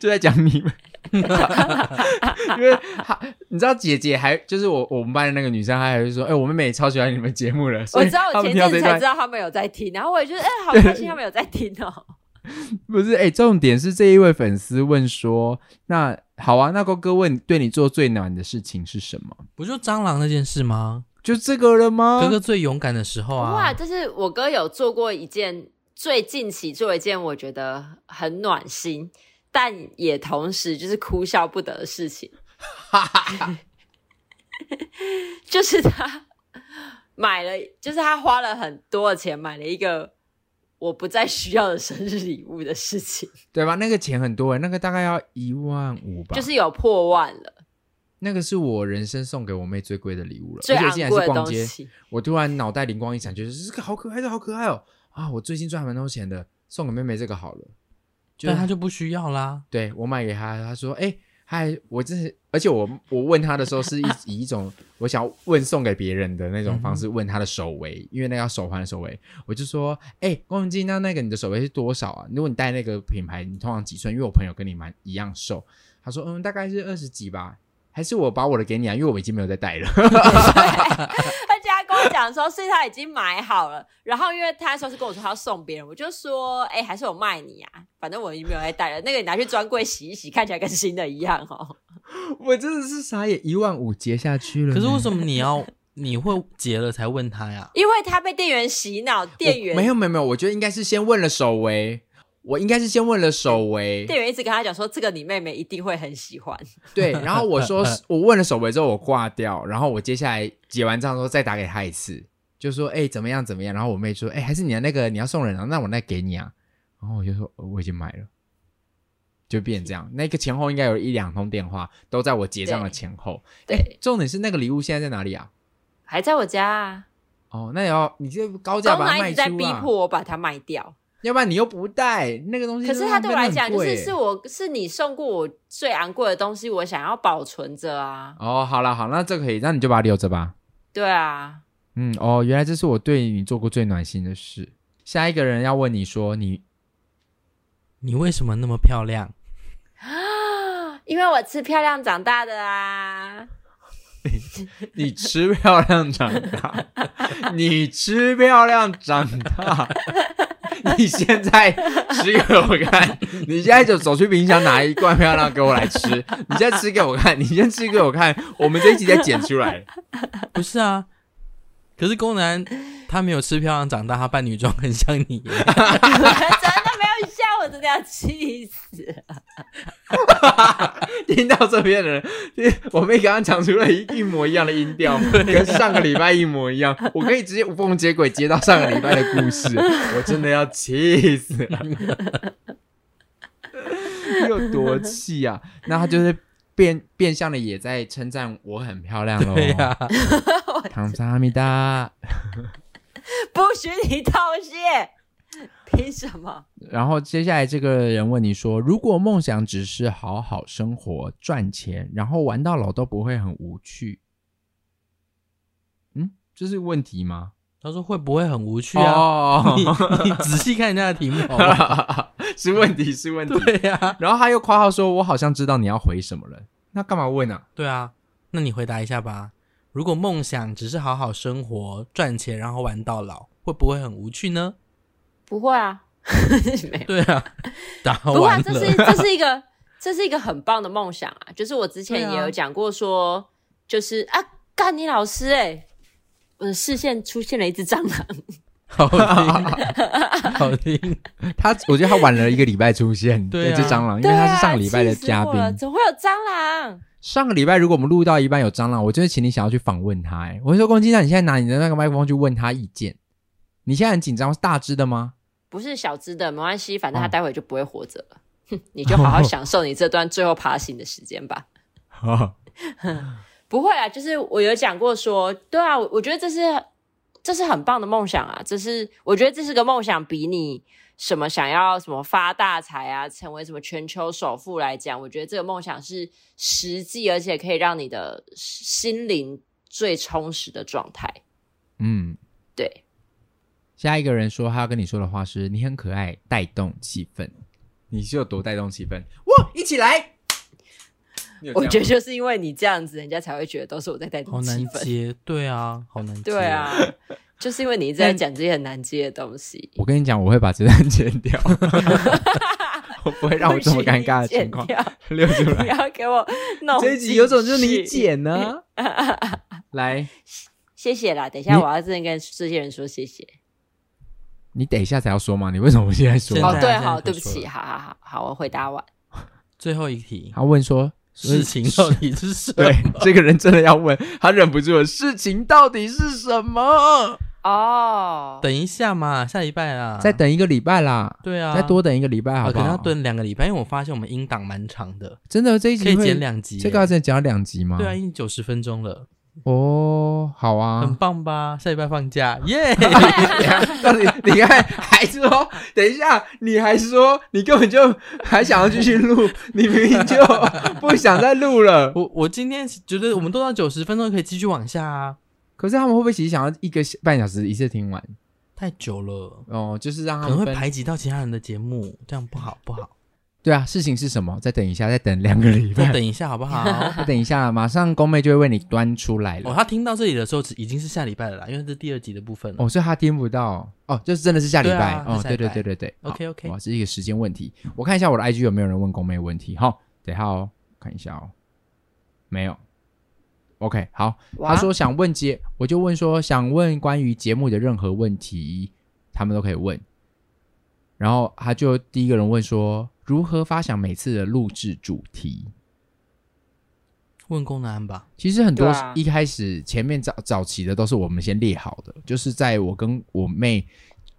就在讲你们。 因为她，你知道姐姐还就是我我们班的那个女生，她还是说，哎、我妹妹也超喜欢你们节目了。所
我
以
知道
她
我
们
前
听到这
阵子
一段
才知道他们有在听，然后我也觉得，哎、好开心他们有在听哦。
不是，哎、重点是这一位粉丝问说，那好啊，那高哥问对你做最难的事情是什么？
不就蟑螂那件事吗？
就这个了吗？
哥哥最勇敢的时候啊！
啊哇，这是我哥有做过一件，最近期做一件我觉得很暖心，但也同时就是哭笑不得的事 情，就是他买了，就是他花了很多的钱买了一个我不再需要的生日礼物的事情，
对吧？那个钱很多哎、那个大概要一万五吧。
就是有破万了，
那个是我人生送给我妹最贵的礼物了，
最
而且
昂
竟然
贵
是
的
逛
东
街。
西。
我突然脑袋灵光一闪，觉得这个好可爱，这个好可爱哦！啊，我最近赚蛮多钱的，送给妹妹这个好了。就
但他就不需要啦。
对我买给她，她说：“哎、嗨，我真是……而且我我问她的时候是 以以一种我想要问送给别人的那
嗯
种方式问她的手围，因为那个要手环的手围，我就说：哎、郭文静，那那个你的手围是多少啊？如果你戴那个品牌，你通常几寸？因为我朋友跟你蛮一样瘦，她说：嗯，大概是二十几吧。”还是我把我的给你啊，因为我已经没有在戴了。
而且他跟我讲说，是他已经买好了。然后因为他那时候是跟我说他要送别人，我就说，哎、还是我卖你啊，反正我已经没有在带了。那个你拿去专柜洗一洗，看起来跟新的一样哦。
我真的是傻眼，一万五结下去了呢。
可是为什么你 要你会结了才问他呀？
因为他被店员洗脑，店员
我没有没有没有，我觉得应该是先问了手围，我应该是先问了手围，
店员一直跟他讲说，这个你妹妹一定会很喜欢。
对，然后我说我问了手围之后我挂掉，然后我接下来结完账之后再打给他一次，就说哎、怎么样怎么样，然后我妹说哎、还是你的那个你要送人啊，那我那给你啊，然后我就说、哦我已经买了。就变这样，那个前后应该有一两通电话都在我结账的
对
前后。哎
对，
重点是那个礼物现在在哪里啊？
还在我家啊，
哦，那也要你这高价
公
把它
男
卖
一直
出
在
啊！
逼迫我把它卖掉。
要不然你又不带那个东西
可
真的
是
很贵，
他对我来讲，就是是
欸
我是你送过我最昂贵的东西，我想要保存着啊。
哦，好了好，那这可以，那你就把它留着吧。
对啊，
嗯，哦，原来这是我对你做过最暖心的事。下一个人要问你说你
你为什么那么漂亮？
因为我吃漂亮长大的啊。
你吃漂亮长大，你吃漂亮长大，你现在吃给我看，你现在就走去冰箱拿一罐漂亮给我来吃，你现在吃给我看，你先吃给我看，我们这一集再剪出来。
不是啊，可是宫南他没有吃漂亮长大，他扮女装很像你耶。
我真的没有笑，我真的要气死了。
听到这边的人，我妹刚刚讲出了一一模一样的音调，跟上个礼拜一模一样。我可以直接无缝接轨接到上个礼拜的故事，我真的要气死了，有多气啊！那他就是变变相的也在称赞我很漂亮喽。
对 呀、
唐萨米达。
不许你道谢，凭什么？
然后接下来这个人问你说，如果梦想只是好好生活、赚钱，然后玩到老都不会很无趣，嗯，这是问题吗？
他说会不会很无趣啊？
哦
你你仔细看 人家的题目好 不好
是问题，是问题。
对呀、
然后他又括号说，我好像知道你要回什么了，那干嘛问啊？
对啊，那你回答一下吧。如果梦想只是好好生活、赚钱，然后玩到老，会不会很无趣呢？
不会啊，没有，
对啊，答
不会、
完
啊，这是
了。
这是一个这是一个很棒的梦想啊！就是我之前也有讲过说，欸就是啊，干你老师哎、我的视线出现了一只蟑螂，
好听，好听。
他我觉得他晚了一个礼拜出 现
对啊
这只蟑螂，因为他是上个礼拜的嘉宾
对啊气死我。了怎么会有蟑螂？
上个礼拜如果我们录到一半有蟑螂，我就会请你想要去访问他、欸。我就说公鸡蛋，你现在拿你的那个麦克风去问他意见。你现在很紧张，是大只的 吗？
不是小只的，没关系，反正他
哦
待会就不会活着了。哼，你就 好好享受你这段最后爬行的时间吧。不会啊，就是我有讲过说，对啊，我我觉得这是这是很棒的梦想啊，这是我觉得这是个梦想，比你什么想要什么发大财啊，成为什么全球首富来讲，我觉得这个梦想是实际，而且可以让你的心灵最充实的状态。
嗯，
对，
下一个人说他要跟你说的话是：你很可爱，带动气氛。你是有多带动气氛？哇，一起来！你有这样
我
吗
觉得就是因为你这样子，人家才会觉得都是我在带
好
动气
难
氛。
接，对啊，好难接。
对啊，，就是因为你一直在讲这些很难接的东西，
我跟你讲，我会把这段 剪掉，我不会让我这 么尴尬的情况
不行你剪掉
溜出
不
来。
要给我 弄。
这一集有种就是你，剪呢、来，
谢谢啦。等一
你啊
下我要真的跟这些人 说谢谢。
你等一下才要说吗？你为什么现在说
现？在
哦，
现
对，
在
好，
可
对
以
不
说
起，
了
好好好好，我回答完。
最后一题，
他问说
事情到底是什么？
对，这个人真的要问，他忍不住了，事情到底是什么？
哦，
等一下嘛，下礼拜啊，
再。等一个礼拜啦，
对啊，
再多等一个礼拜
啊，
好
可
不好？
能要蹲两个礼拜，因为我发现我们音档蛮长的，
真的这一集
可以
会
剪，两集耶。
这个要再讲两集吗？
对啊，已经九十分钟了，
哦，好
很
啊。
棒吧？下礼拜放假，耶！
到底你看，还说等一下，你还说你根本就还想要继续录，你明明就不想再录了。
我我今天觉得我们都到九十分钟，可以继续往下啊，
可是他们会不会其实想要一个半小时一次听完？
太久了，
哦，就是让
可
他
能
们
会
分
排挤到其他人的节目，这样不好不好。
对啊，事情是什么？再等一下，再等两个礼拜
再，等一下好不好？
再等一下，马上宫妹就会为你端出来
哦，
了。
他听到这里的时候，已经是下礼拜了啦，因为这是第二集的部分了。
哦，所以他听不到哦，就是真的是下礼
对
拜
啊
哦，
是下
对
礼
对
拜
对对对。好哦
OK，OK
哇，这是一个时间问题。我看一下我的 IG 有没有人问宫妹问题。好，等一下哦，看一下哦，没有。OK，好，他
哇
说想问节，我就问说想问关于节目的任何问题，他们都可以问。然后他就第一个人问说如何发想每次的录制主题。
问功能吧，
其实很多
对啊
一开始前面早早期的都是我们先列好的，就是在我跟我妹，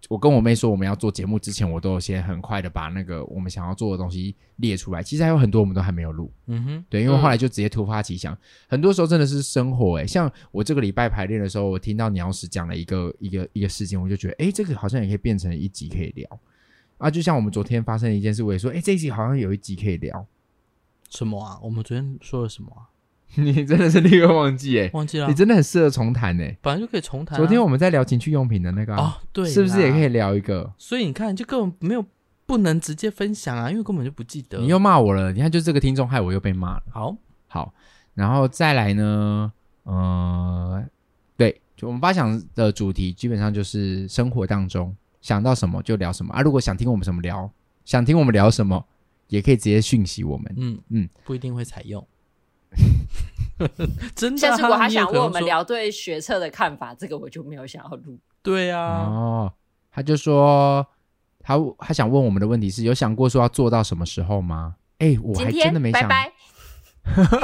我跟我妹说我们要做节目之前，我都有先很快的把那个我们想要做的东西列出来。其实还有很多我们都还没有录，
嗯哼，
对，因为后来就直接突发奇想，很多时候真的是生活、欸。像我这个礼拜排练的时候，我听到鸟屎讲了一个一个一个事情，我就觉得，诶，这个好像也可以变成一集可以聊。啊，就像我们昨天发生的一件事，我也说，诶，这一集好像有一集可以聊。
什么啊？我们昨天说了什么啊？
你真的是立刻忘记诶，
忘记了啊
哎你，真的很适合重谈诶。
本来就可以重谈啊。
昨天我们在聊情趣用品的那个啊、
哦，对，
是不是也可以
以？
聊一个？
所以你看，就根本没有不能直接分享啊，因为根本就不记得。
你又骂我了，你看，就这个听众害我又被骂了。
好，
好，然后再来呢，呃，对，就我们发想的主题基本上就是生活当中想到什么就聊什么啊。如果想听我们什么聊，想听我们聊什么，也可以直接讯息我们。
嗯
嗯
嗯，不一定会采 用。真的
下
啊，
次如果他
你有
想
可
问
能
我们
说，
聊对学测的看法，这个我就没有想要录。
对啊，
哦，他就说他他想问我们的问题是有想过说要做到什么时候吗？哎，我
今
还真的没
天
想，
拜拜，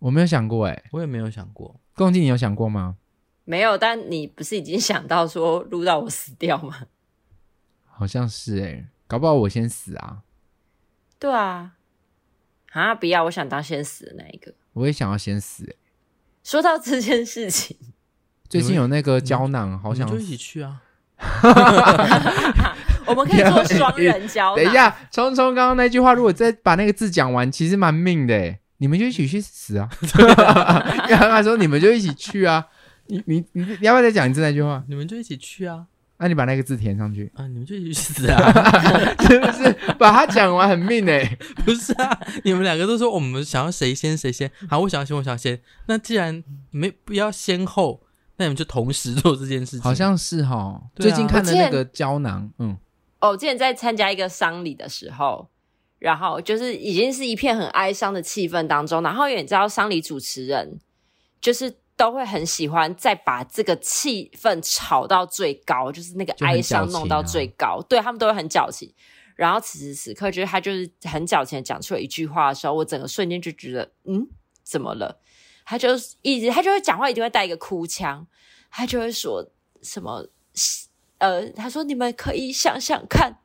我没有想过哎、
我也没有想过。
共进你有想过吗？
没有，但你不是已经想到说录到我死掉 吗？
好像是哎、搞不好我先死啊！
对啊，啊，不要，我想当先死的那一个。
我也想要先死、欸。
说到这件事情，
最近有那个胶囊，好
我们
想
就一起去啊！
我们可以做双人胶囊。
等一，下，聪聪刚刚那句话，如果再把那个字讲完，其实蛮命的哎、你们就一起去死啊！刚刚说你们就一起去啊！你你你你要不要再讲一次那句话？
你们就一起去啊！，
那、你把那个字填上去
啊，你们就一起去死啊！
是不是？把它讲完很命哎、
不是啊，你们两个都说我们想要谁先谁先，好，我想要先，我想要先。那既然没不要先后，那你们就同时做这件事情。
好像是哈。
对啊
最近看的那个胶囊，嗯，
哦，我之前在参加一个丧礼的时候，然后就是已经是一片很哀伤的气氛当中，然后也你知道丧礼主持人就是都会很喜欢再把这个气氛炒到最高，就是那个
就很
哀伤
矫情啊
弄到最高，对他们都会很矫情。然后此时此刻，就是他就是很矫情的讲出了一句话的时候，我整个瞬间就觉得，嗯，怎么了？他就是一直他就会讲话，一定会带一个哭腔，他就会说什么，呃，他说你们可以想想看，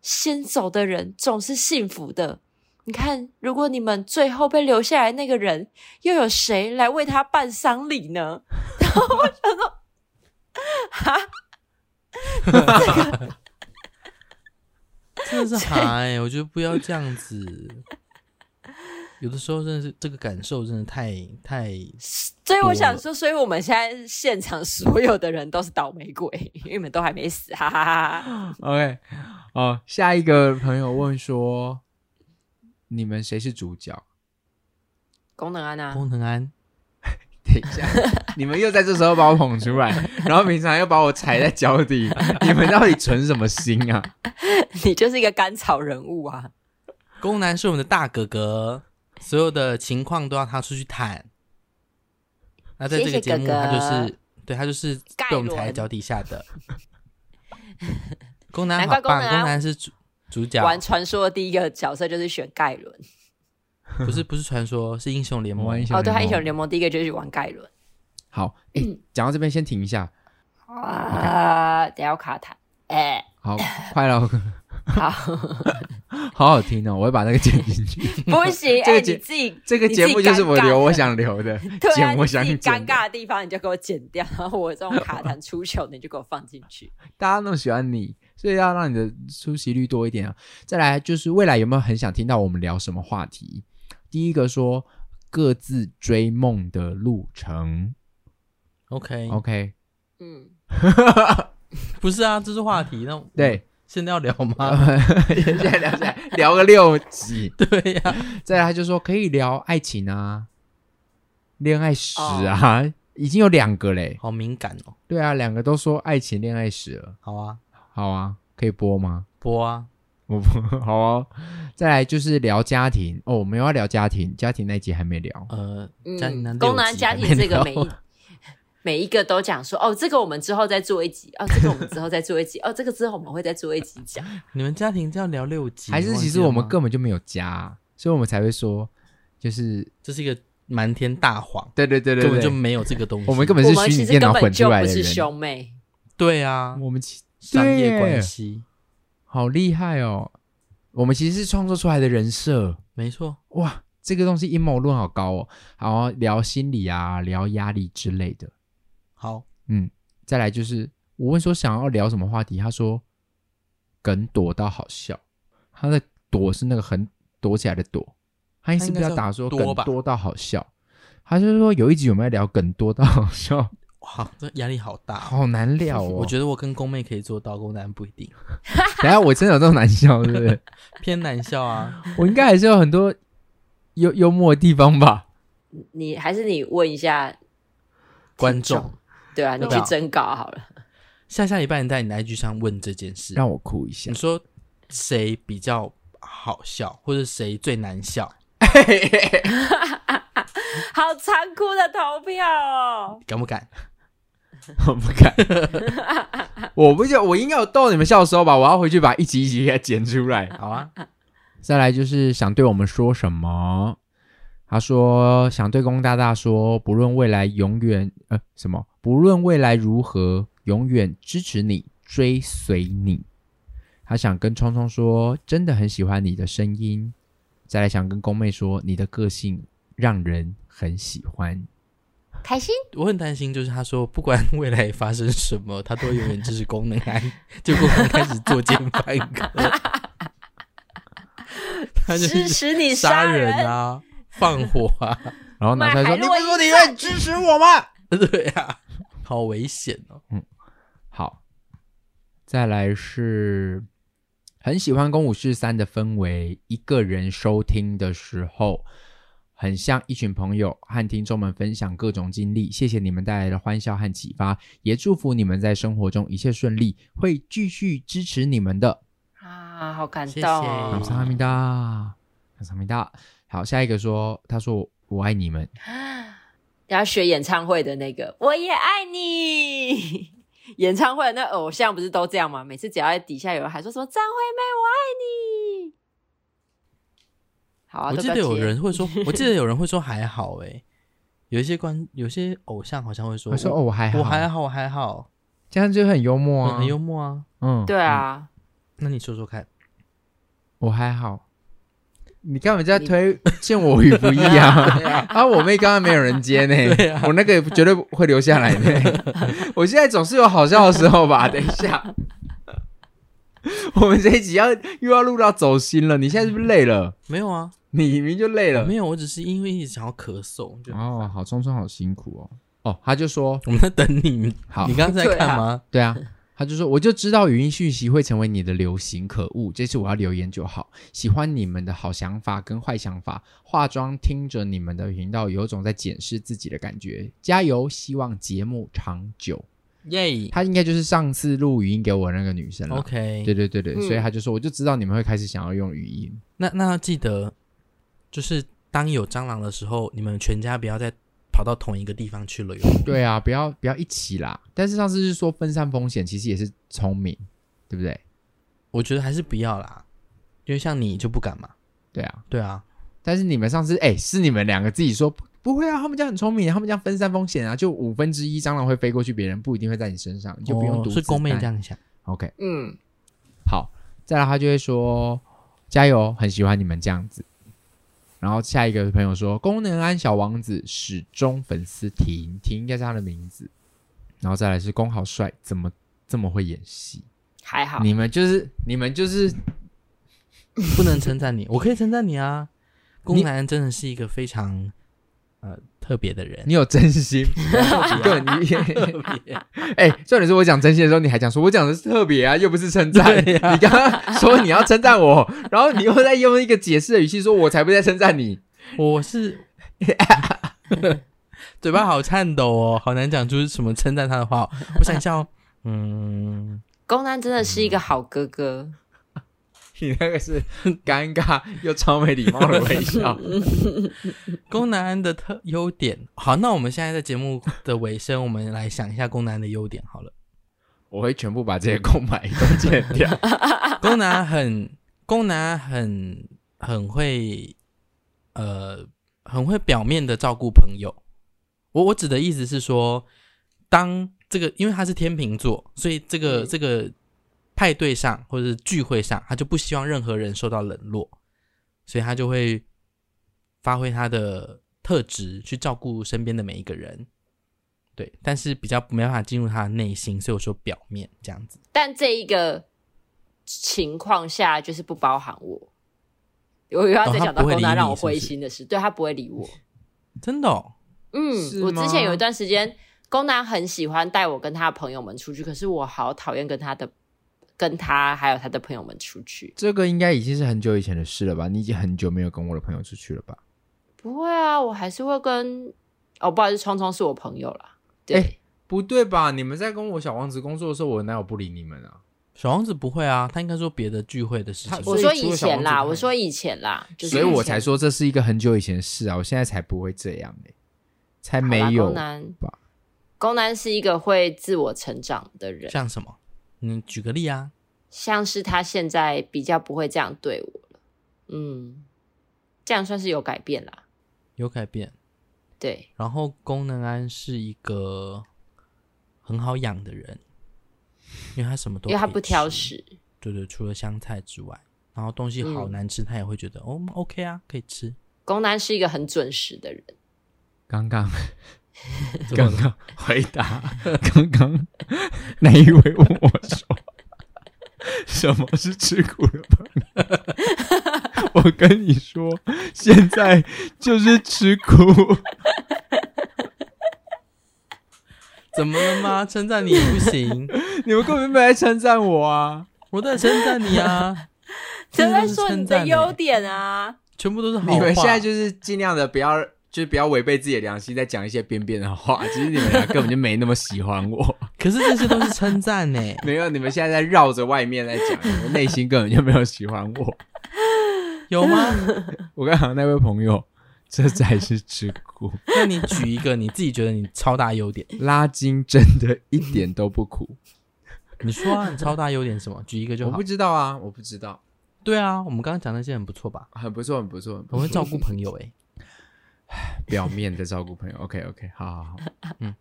先走的人总是幸福的。你看，如果你们最后被留下来那个人，又有谁来为他办丧礼呢？
真的是哈哎、我觉得不要这样子。有的时候真的是这个感受真的太太，
所以我想说，所以我们现在现场所有的人都是倒霉鬼， 因为你们都还没死，哈哈哈哈。
OK，哦，下一个朋友问说，你们谁是主角？
功能安啊，
功能安
等一下，你们又在这时候把我捧出来，然后平常又把我踩在脚 底，你们到底存什么心啊？
你就是一个甘草人物啊。
功能安是我们的大哥哥，所有的情况都要他出去谈。那在这个节
谢
目，
谢哥哥
他就是对他就是
盖
被我
伦
们踩在脚底 下的。功能安
难
好
怪
棒，
功能安
功能安是主主
啊
角，
玩传说的第一个角色就是选盖伦，
不是不是传说，是英雄联
我
盟
玩英。雄
哦，对，他英
联
雄
盟
联盟第一个就是去玩盖伦
好，诶
嗯
讲到这边先停一下，
啊，等一下要卡痰， 哎、
好，快了，
好，
好好听哦，我会把那个剪进 去。
不行，
这
哎、
个节
你自己
这个节目就是我留我。想留的
你 自己尴尬，对啊，
剪我
你
想
自己
剪
尴
的。
尬的地方你就给我剪掉，然后我这种 卡痰出糗你就给我放进去。
大家那么喜欢你，所以要让你的出席率多一点啊。再来就是未来有没有很想听到我们聊什么话题？第一个说各自追梦的路程
哎
OK，
，OK，
嗯，
不是啊，这是话题。那
对，呃
现在要聊 吗？
现在聊起来聊个六 集，
对呀、
再来就说可以聊爱情啊、恋爱史啊，已经有两个嘞。
好敏感哦。
对啊，两个都说爱情、恋爱史了。
好啊，
好啊，可以播吗？
播啊，
我不 好啊。再来就是聊家庭哦，我们要聊家庭，家庭那集还没聊。
呃，家庭
嗯，
男
公男家庭这个每
没
一每一个都讲说，哦，这个我们之后再做一集，哦，这个我们之后再做一集，哦，这个之后我们会再做一集讲。
你们家庭这样聊六集，
还是
你忘记
其实我们
了吗
根本就没有家，啊所以我们才会说，就是
这是一个瞒天大谎，
对对对对
根本
对，
就没有这个东西。
我们根本
我
是
们
虚
其
拟
实
电
根
脑
本
混
就
出来
不
的
是
人。
兄妹，
对啊，
我们其
商业
对耶
关系
好厉害哦，我们其实是创作出来的人设。
没错。
哇，这个东西阴谋论好高哦。好，聊心理啊，聊压力之类的。
好，
嗯，再来就是我问说想要聊什么话题，他说梗躲到好笑，他的躲是那个很躲起来的躲，他意思不要打说
他应该
梗
是多吧
多到好笑，他就是说有一集我们要聊梗多到好笑，
哇，这压力好大哦。
好难聊哦。
我觉
得
得我跟宫妹可以做到，宫男不一定，
等一下我真的有这么难笑，对不对？
偏难 笑啊。
我应该还是有很多幽幽默的地方吧。
你还是你问一下
观
听
众，
对啊，你
对
去
啊
征稿好了。
下下礼拜你在你的 IG 上问这件事，
让我哭一下
你，说谁比较好笑，或者谁最难笑？
好残酷的投票哦！
敢不敢？
我不敢， 我不就我应该有逗你们笑的时候吧，我要回去把一集一集给它剪出 来。
好啊，
再来就是想对我们说什么？他说想对龚大大说，不论未来永远呃什么，不论未来如何，永远支持你，追随你。他想跟聪聪说，真的很喜欢你的声音。再来想跟宫妹说，你的个性让人很喜欢。
开心。
我很担心，就是他说不管未来发生什么，他都会永远支持功能安， 结果他开始作奸犯科，他就
支
是
持你
杀
人
人啊、放火啊，
然后拿出来说，
妈
你
还
不
落
是说
一
你愿支持我吗？
对啊，好危险哦。
好，再来是很喜欢《公五士三》的氛围，一个人收听的时候，很像一群朋友和听众们分享各种经历。谢谢你们带来的欢笑和启发，也祝福你们在生活中一切顺利，会继续支持你们的。
啊，好感
谢
动
谢
感
哦！
谢阿弥达，感谢阿弥达。好，下一个说，他说我爱你们，
然后学演唱会的那个“我也爱你”， 演唱会的那偶像不是都这样吗？每次只要在底下有人喊说什么“张惠妹，我爱你”，好啊，
我
都不
记
要
得有
接
人会说，我记得有人会说还好哎、有一些观有些偶像好像会说，
我说哦，我还好，
我还，好，我还好，
这样就很幽默
我
啊，
很幽默啊。
嗯，
对啊，
那你说说看，
我还好。你干嘛在 推荐我与不易啊？啊，我妹刚刚没有人接
对
呢
啊，
我那个绝对会留下来 的。我现在总是有好笑的时候吧？等一下， 我们这一集要又要录到走心了，你现在是不是累了？
没有啊，
你明明就累了
没。有，我只是因为一直想要咳嗽，就
哦，好，聪聪好辛苦哦。哦，他就说，
我们在等你。
好
你刚刚在
对啊
干嘛？
对啊，他就说，我就知道语音讯息会成为你的流行，可恶！这次我要留言就好，喜欢你们的好想法跟坏想法，化妆听着你们的频道，有种在检视自己的感觉，加油！希望节目长久。
耶
他应该就是上次录语音给我那个女生了。对
，OK，
对对对，
嗯
所以他就说，我就知道你们会开始想要用语音。
那那要记得，就是当有蟑螂的时候，你们全家不要再跑到同一个地方去了哟。
对啊，不要不要一起啦。但是上次是说分散风险，其实也是聪明，对不对？
我觉得还是不要啦，因为像你就不敢嘛。
对啊，
对啊，
但是你们上次哎、是你们两个自己说不不会啊，他们家很聪明，他们家分散风险啊，就五分之一蟑螂会飞过去，别人不一定会在你身上，你就不用
哦
读、
是公妹这。样想。
OK，
嗯，
好，再来他就会说加油，很喜欢你们这样子。然后下一个朋友说，功能安小王子始终粉丝婷婷应该是他的名字。然后再来是公好帅，怎么这么会演戏？
还好，
你们就是你们就是
不能称赞你，我可以称赞你啊。
你
宫南真的是一个非常呃特别的人
你，有真 心，对 你哎、重点是我讲真心的时候，你还讲说我讲的是特别啊，又不是称赞。你刚刚说你要称赞我，然后你又在用一个解释的语气说，我才不在称赞你。
我是嘴巴好颤抖哦，好难讲出什么称赞他的话哦、我想一下哦，嗯，
宫南真的是一个好哥哥，
你那个是尴尬又超没礼貌的微笑。
宫南的特优点。好，那我们现在在节目的尾声，我们来想一下宫南的优点好了。
我会全部把这些空白都剪掉。
宫南很，宫南很很会，呃，很会表面的照顾朋友。我我指的意思是说，当这个因为他是天秤座，所以这个、
嗯
这个派对上或者是聚会上，他就不希望任何人受到冷落，所以他就会发挥他的特质去照顾身边的每一个人。对，但是比较没办法进入他的内心，所以我说表面这样子。
但这一个情况下就是不包含我。我又要再讲
哦他
到
不会
宫南
理
让
你
我
是不
灰
是
心的事，对他不会理我。
真的、哦，
嗯
是，
我
吗
之前有一段时间，宫南很喜欢带我跟他的朋友们出去，可是我好讨厌跟他的、跟他还有他的朋友们出去。
这个应该已经是很久以前的事了吧？你已经很久没有跟我的朋友出去了吧？
不会啊，我还是会跟哦，不好意思，聪聪是我朋友啦。对，
哎不对吧？你们在跟我小王子工作的时候，我哪有不理你们啊？
小王子不会啊，他应该说别的聚会的事
他
情。
我
所
说
以除
以
了小
前啦，
王子
我说以前啦，就是
所以我
前
才说这是一个很久以前的事啊！我现在才不会这样哎、才
好啦
没有
宫南
吧。
宫南是一个会自我成长的人，
像什么？你举个例啊？
像是他现在比较不会这样对我了。嗯，这样算是有改变啦。
有改变。
对，
然后功能安是一个很好养的人，因为他什么都
因为他
可以
不挑
吃，
食。
对对，除了香菜之外，然后东西好
嗯
难吃，他也会觉得哦 OK 啊，可以吃。
宫南是一个很准时的人，
刚 刚
怎么
刚
了
刚回答，刚刚 那一位问我说， 什么是吃苦的朋友？ 我跟你说，现在就是吃苦。
怎么了吗？称赞你也不行，
你们根本没有在称赞我啊！
我在称赞你 啊，
正在
这就是
说你
称
的
赞
优
欸，
点啊。
全部都是好话。
你们现在就是尽量的不要，就是不要违背自己的良心，在讲一些边边的话。其实你们俩根本就没那么喜欢我。
可是这些都是称赞呢。
没有，你们现在在绕着外面在讲，你们内心根本就没有喜欢我。
有吗？
我刚好那位朋友这才是吃苦。
那你举一个你自己觉得你超大优点，
拉筋真的一点都不 苦，
你说啊，你超大优点是什么？举一个就
我
好
不。知道啊，我不知道，
对啊，我们刚刚讲那些很不错吧？
很不错，很不错，很不
我
错
会照顾朋友欸诶、
表面的照顾朋友。OK OK，好好好， 嗯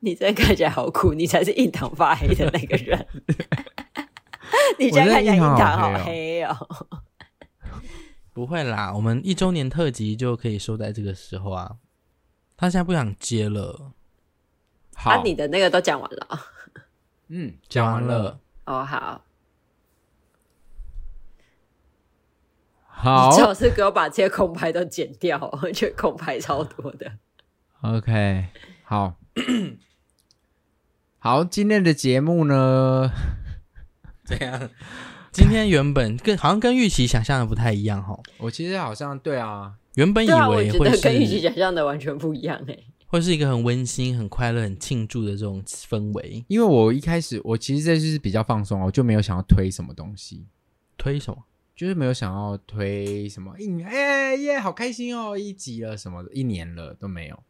你真的看起来好苦，你才是印堂发黑的那个 人。你现在看起来印堂好黑哦。
不会啦，我们一周年特辑就可以收在这个时候啊。他现在不想接了，
好，
啊，你的那个都讲完了哦。
嗯，
讲完
了，
了。
哦，好，
好
你最好是给我把这些空白都剪掉哦，我觉得空白超多的。
，OK，好， 好，今天的节目呢，
怎样？今天原本跟好像跟预期想象的不太一样哈、
我其实好像对啊，
原本以
对啊，我
为
觉
会
得
是、
跟预期想象的完全不一样哎。
会是一个很温馨、很快乐、很庆祝的这种氛围。
因为我一开始我其实这就是比较放松哦，我就没有想要推什么东西，
推什么？
就是没有想要推什么，嗯，哎耶，好开心哦，一集了什么的，一年了都没有，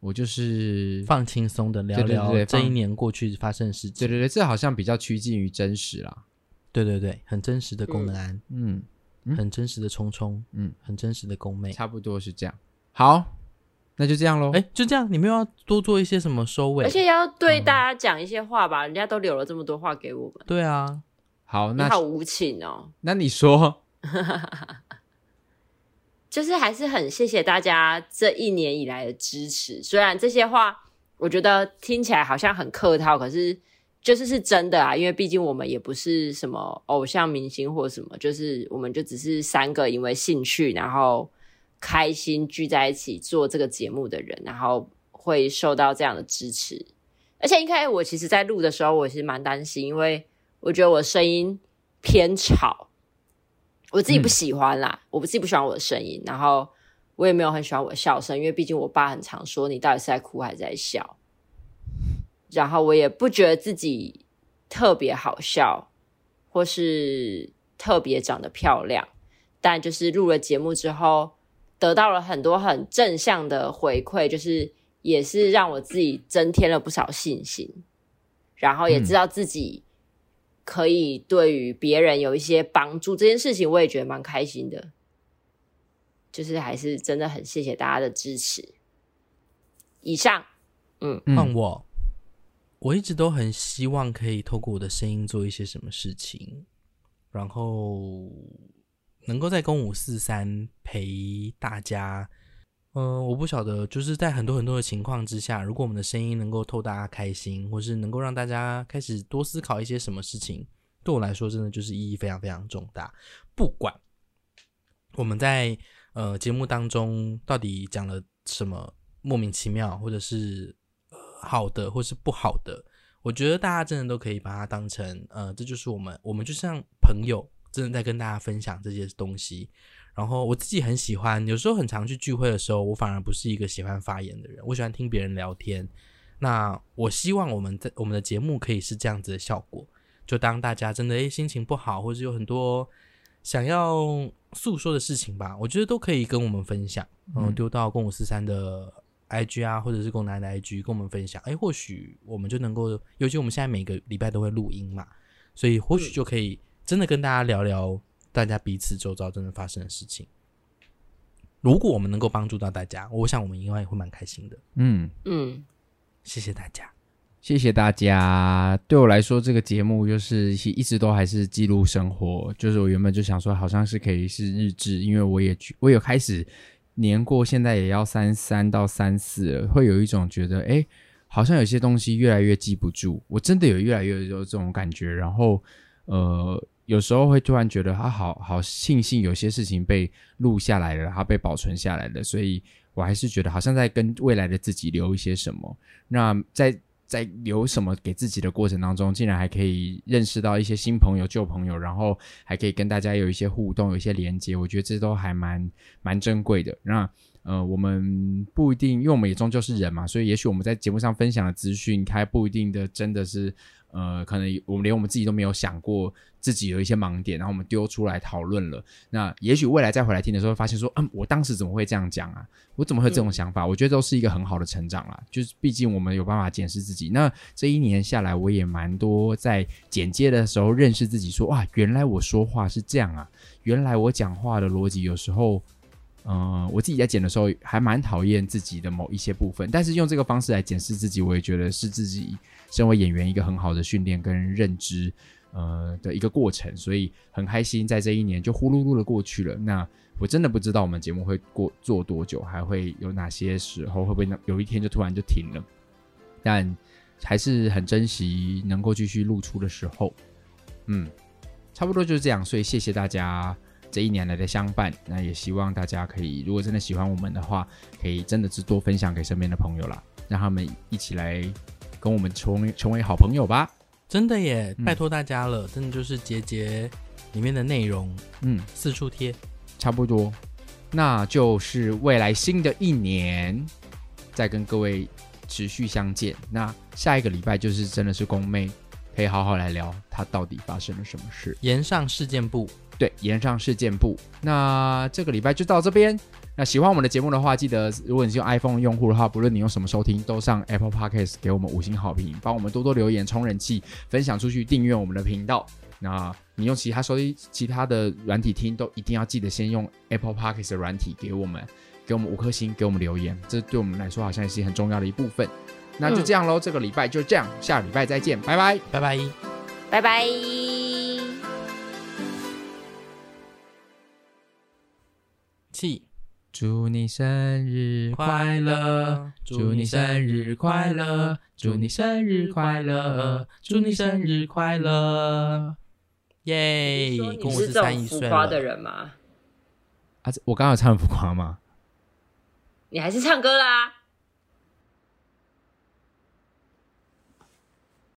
我就是
放轻松的聊
对对对
聊这
放
一年过去发生的事
对
情。
对对，这好像比较趋近于真实啦。
对对对，很真实的宫
嗯
安，
嗯，嗯
很真实的冲冲，
嗯
嗯，很真实的宫妹。
差不多是这样。好，那就这样喽。
哎，就这样，你们要多做一些什么收尾？
而且要
嗯
对大家讲一些话吧，人家都留了这么多话给我们，
对啊，
好，
你
那
好无情哦。
那你说，
就是还是很谢谢大家这一年以来的支持，虽然这些话我觉得听起来好像很客套，可是就是是真的啊，因为毕竟我们也不是什么偶像明星或什么，就是我们就只是三个因为兴趣然后开心聚在一起做这个节目的人，然后会受到这样的支持。而且一开始我其实在录的时候，我其实蛮担心，因为我觉得我声音偏吵，我自己不喜欢啦，我自己不喜欢我的声音，然后我也没有很喜欢我的笑声，因为毕竟我爸很常说你到底是在哭还是在笑，然后我也不觉得自己特别好笑，或是特别长得漂亮，但就是录了节目之后，得到了很多很正向的回馈，就是也是让我自己增添了不少信心，然后也知道自己可以对于别人有一些帮助这件事情，我也觉得蛮开心的。就是还是真的很谢谢大家的支持。以上，
嗯
嗯
换我。我一直都很希望可以透过我的声音做一些什么事情，然后能够在公五四三陪大家。嗯、我不晓得，就是在很多很多的情况之下，如果我们的声音能够逗大家开心，或是能够让大家开始多思考一些什么事情，对我来说真的就是意义非常非常重大。不管我们在呃节目当中到底讲了什么莫名其妙，或者是、呃、好的，或是不好的，我觉得大家真的都可以把它当成呃，这就是我们，我们就像朋友，真的在跟大家分享这些东西。然后我自己很喜欢，有时候很常去聚会的时候，我反而不是一个喜欢发言的人，我喜欢听别人聊天。那我希望我们在我们的节目可以是这样子的效果，就当大家真的诶心情不好，或者有很多想要诉说的事情吧，我觉得都可以跟我们分享，然后
嗯
丢到共五四三的 IG 啊，或者是共男的 IG 跟我们分享。诶，或许我们就能够，尤其我们现在每个礼拜都会录音嘛，所以或许就可以真的跟大家聊聊大家彼此周遭真的发生的事情。如果我们能够帮助到大家，我想我们应该会蛮开心的。
嗯，
嗯，
谢谢大家。
谢谢大家。对我来说，这个节目就是其一直都还是记录生活。就是我原本就想说，好像是可以是日志，因为我也觉我有开始年过，现在也要三三到三四了，会有一种觉得，哎，好像有些东西越来越记不住。我真的有越来越有这种感觉。然后，呃，有时候会突然觉得，啊，好好庆幸有些事情被录下来了，它被保存下来了。所以我还是觉得，好像在跟未来的自己留一些什么。那在在留什么给自己的过程当中，竟然还可以认识到一些新朋友、旧朋友，然后还可以跟大家有一些互动、有一些连接，我觉得这都还蛮蛮珍贵的。那呃，我们不一定，因为我们也终究是人嘛，所以也许我们在节目上分享的资讯，它不一定的真的是，呃，可能我们连我们自己都没有想过自己有一些盲点，然后我们丢出来讨论了。那也许未来再回来听的时候，会发现说，嗯，我当时怎么会这样讲啊？我怎么会有这种想法？我觉得都是一个很好的成长啦。就是毕竟我们有办法检视自己。那这一年下来，我也蛮多在简介的时候认识自己说，哇，原来我说话是这样啊，原来我讲话的逻辑有时候。嗯，我自己在剪的时候还蛮讨厌自己的某一些部分，但是用这个方式来检视自己，我也觉得是自己身为演员一个很好的训练跟认知，呃的一个过程，所以很开心在这一年就呼噜噜的过去了。那我真的不知道我们节目会过做多久，还会有哪些时候，会不会有一天就突然就停了？但还是很珍惜能够继续露出的时候。嗯，差不多就是这样，所以谢谢大家这一年来的相伴。那也希望大家可以，如果真的喜欢我们的话，可以真的是多分享给身边的朋友啦，让他们一起来跟我们成为成为好朋友吧。
真的耶，
嗯
拜托大家了，真的就是节节里面的内容
嗯，
四处贴，
差不多，那就是未来新的一年再跟各位持续相见。那下一个礼拜就是真的是宫妹，可以好好来聊她到底发生了什么事。
沿上事件簿，
对，延上事件部。那这个礼拜就到这边。那喜欢我们的节目的话，记得如果你是用 iPhone 用户的话，不论你用什么收听，都上 Apple Podcast 给我们五星好评，帮我们多多留言充人气，分享出去，订阅我们的频道。那你用其他收听其他的软体听，都一定要记得先用 Apple Podcast 的软体给我们，给我们五颗星，给我们留言，这对我们来说好像也是很重要的一部分。那就这样喽，这个礼拜就这样，下礼拜再见，拜拜。
拜拜。
拜拜。
气
祝你生日
快乐，祝你生日快乐，祝你生日快乐，祝你生日快乐，耶！跟
你
我
是这
三
种
一
浮
岁
夸
了
的人吗？
啊！这我刚刚有唱浮夸吗？
你还是唱歌啦。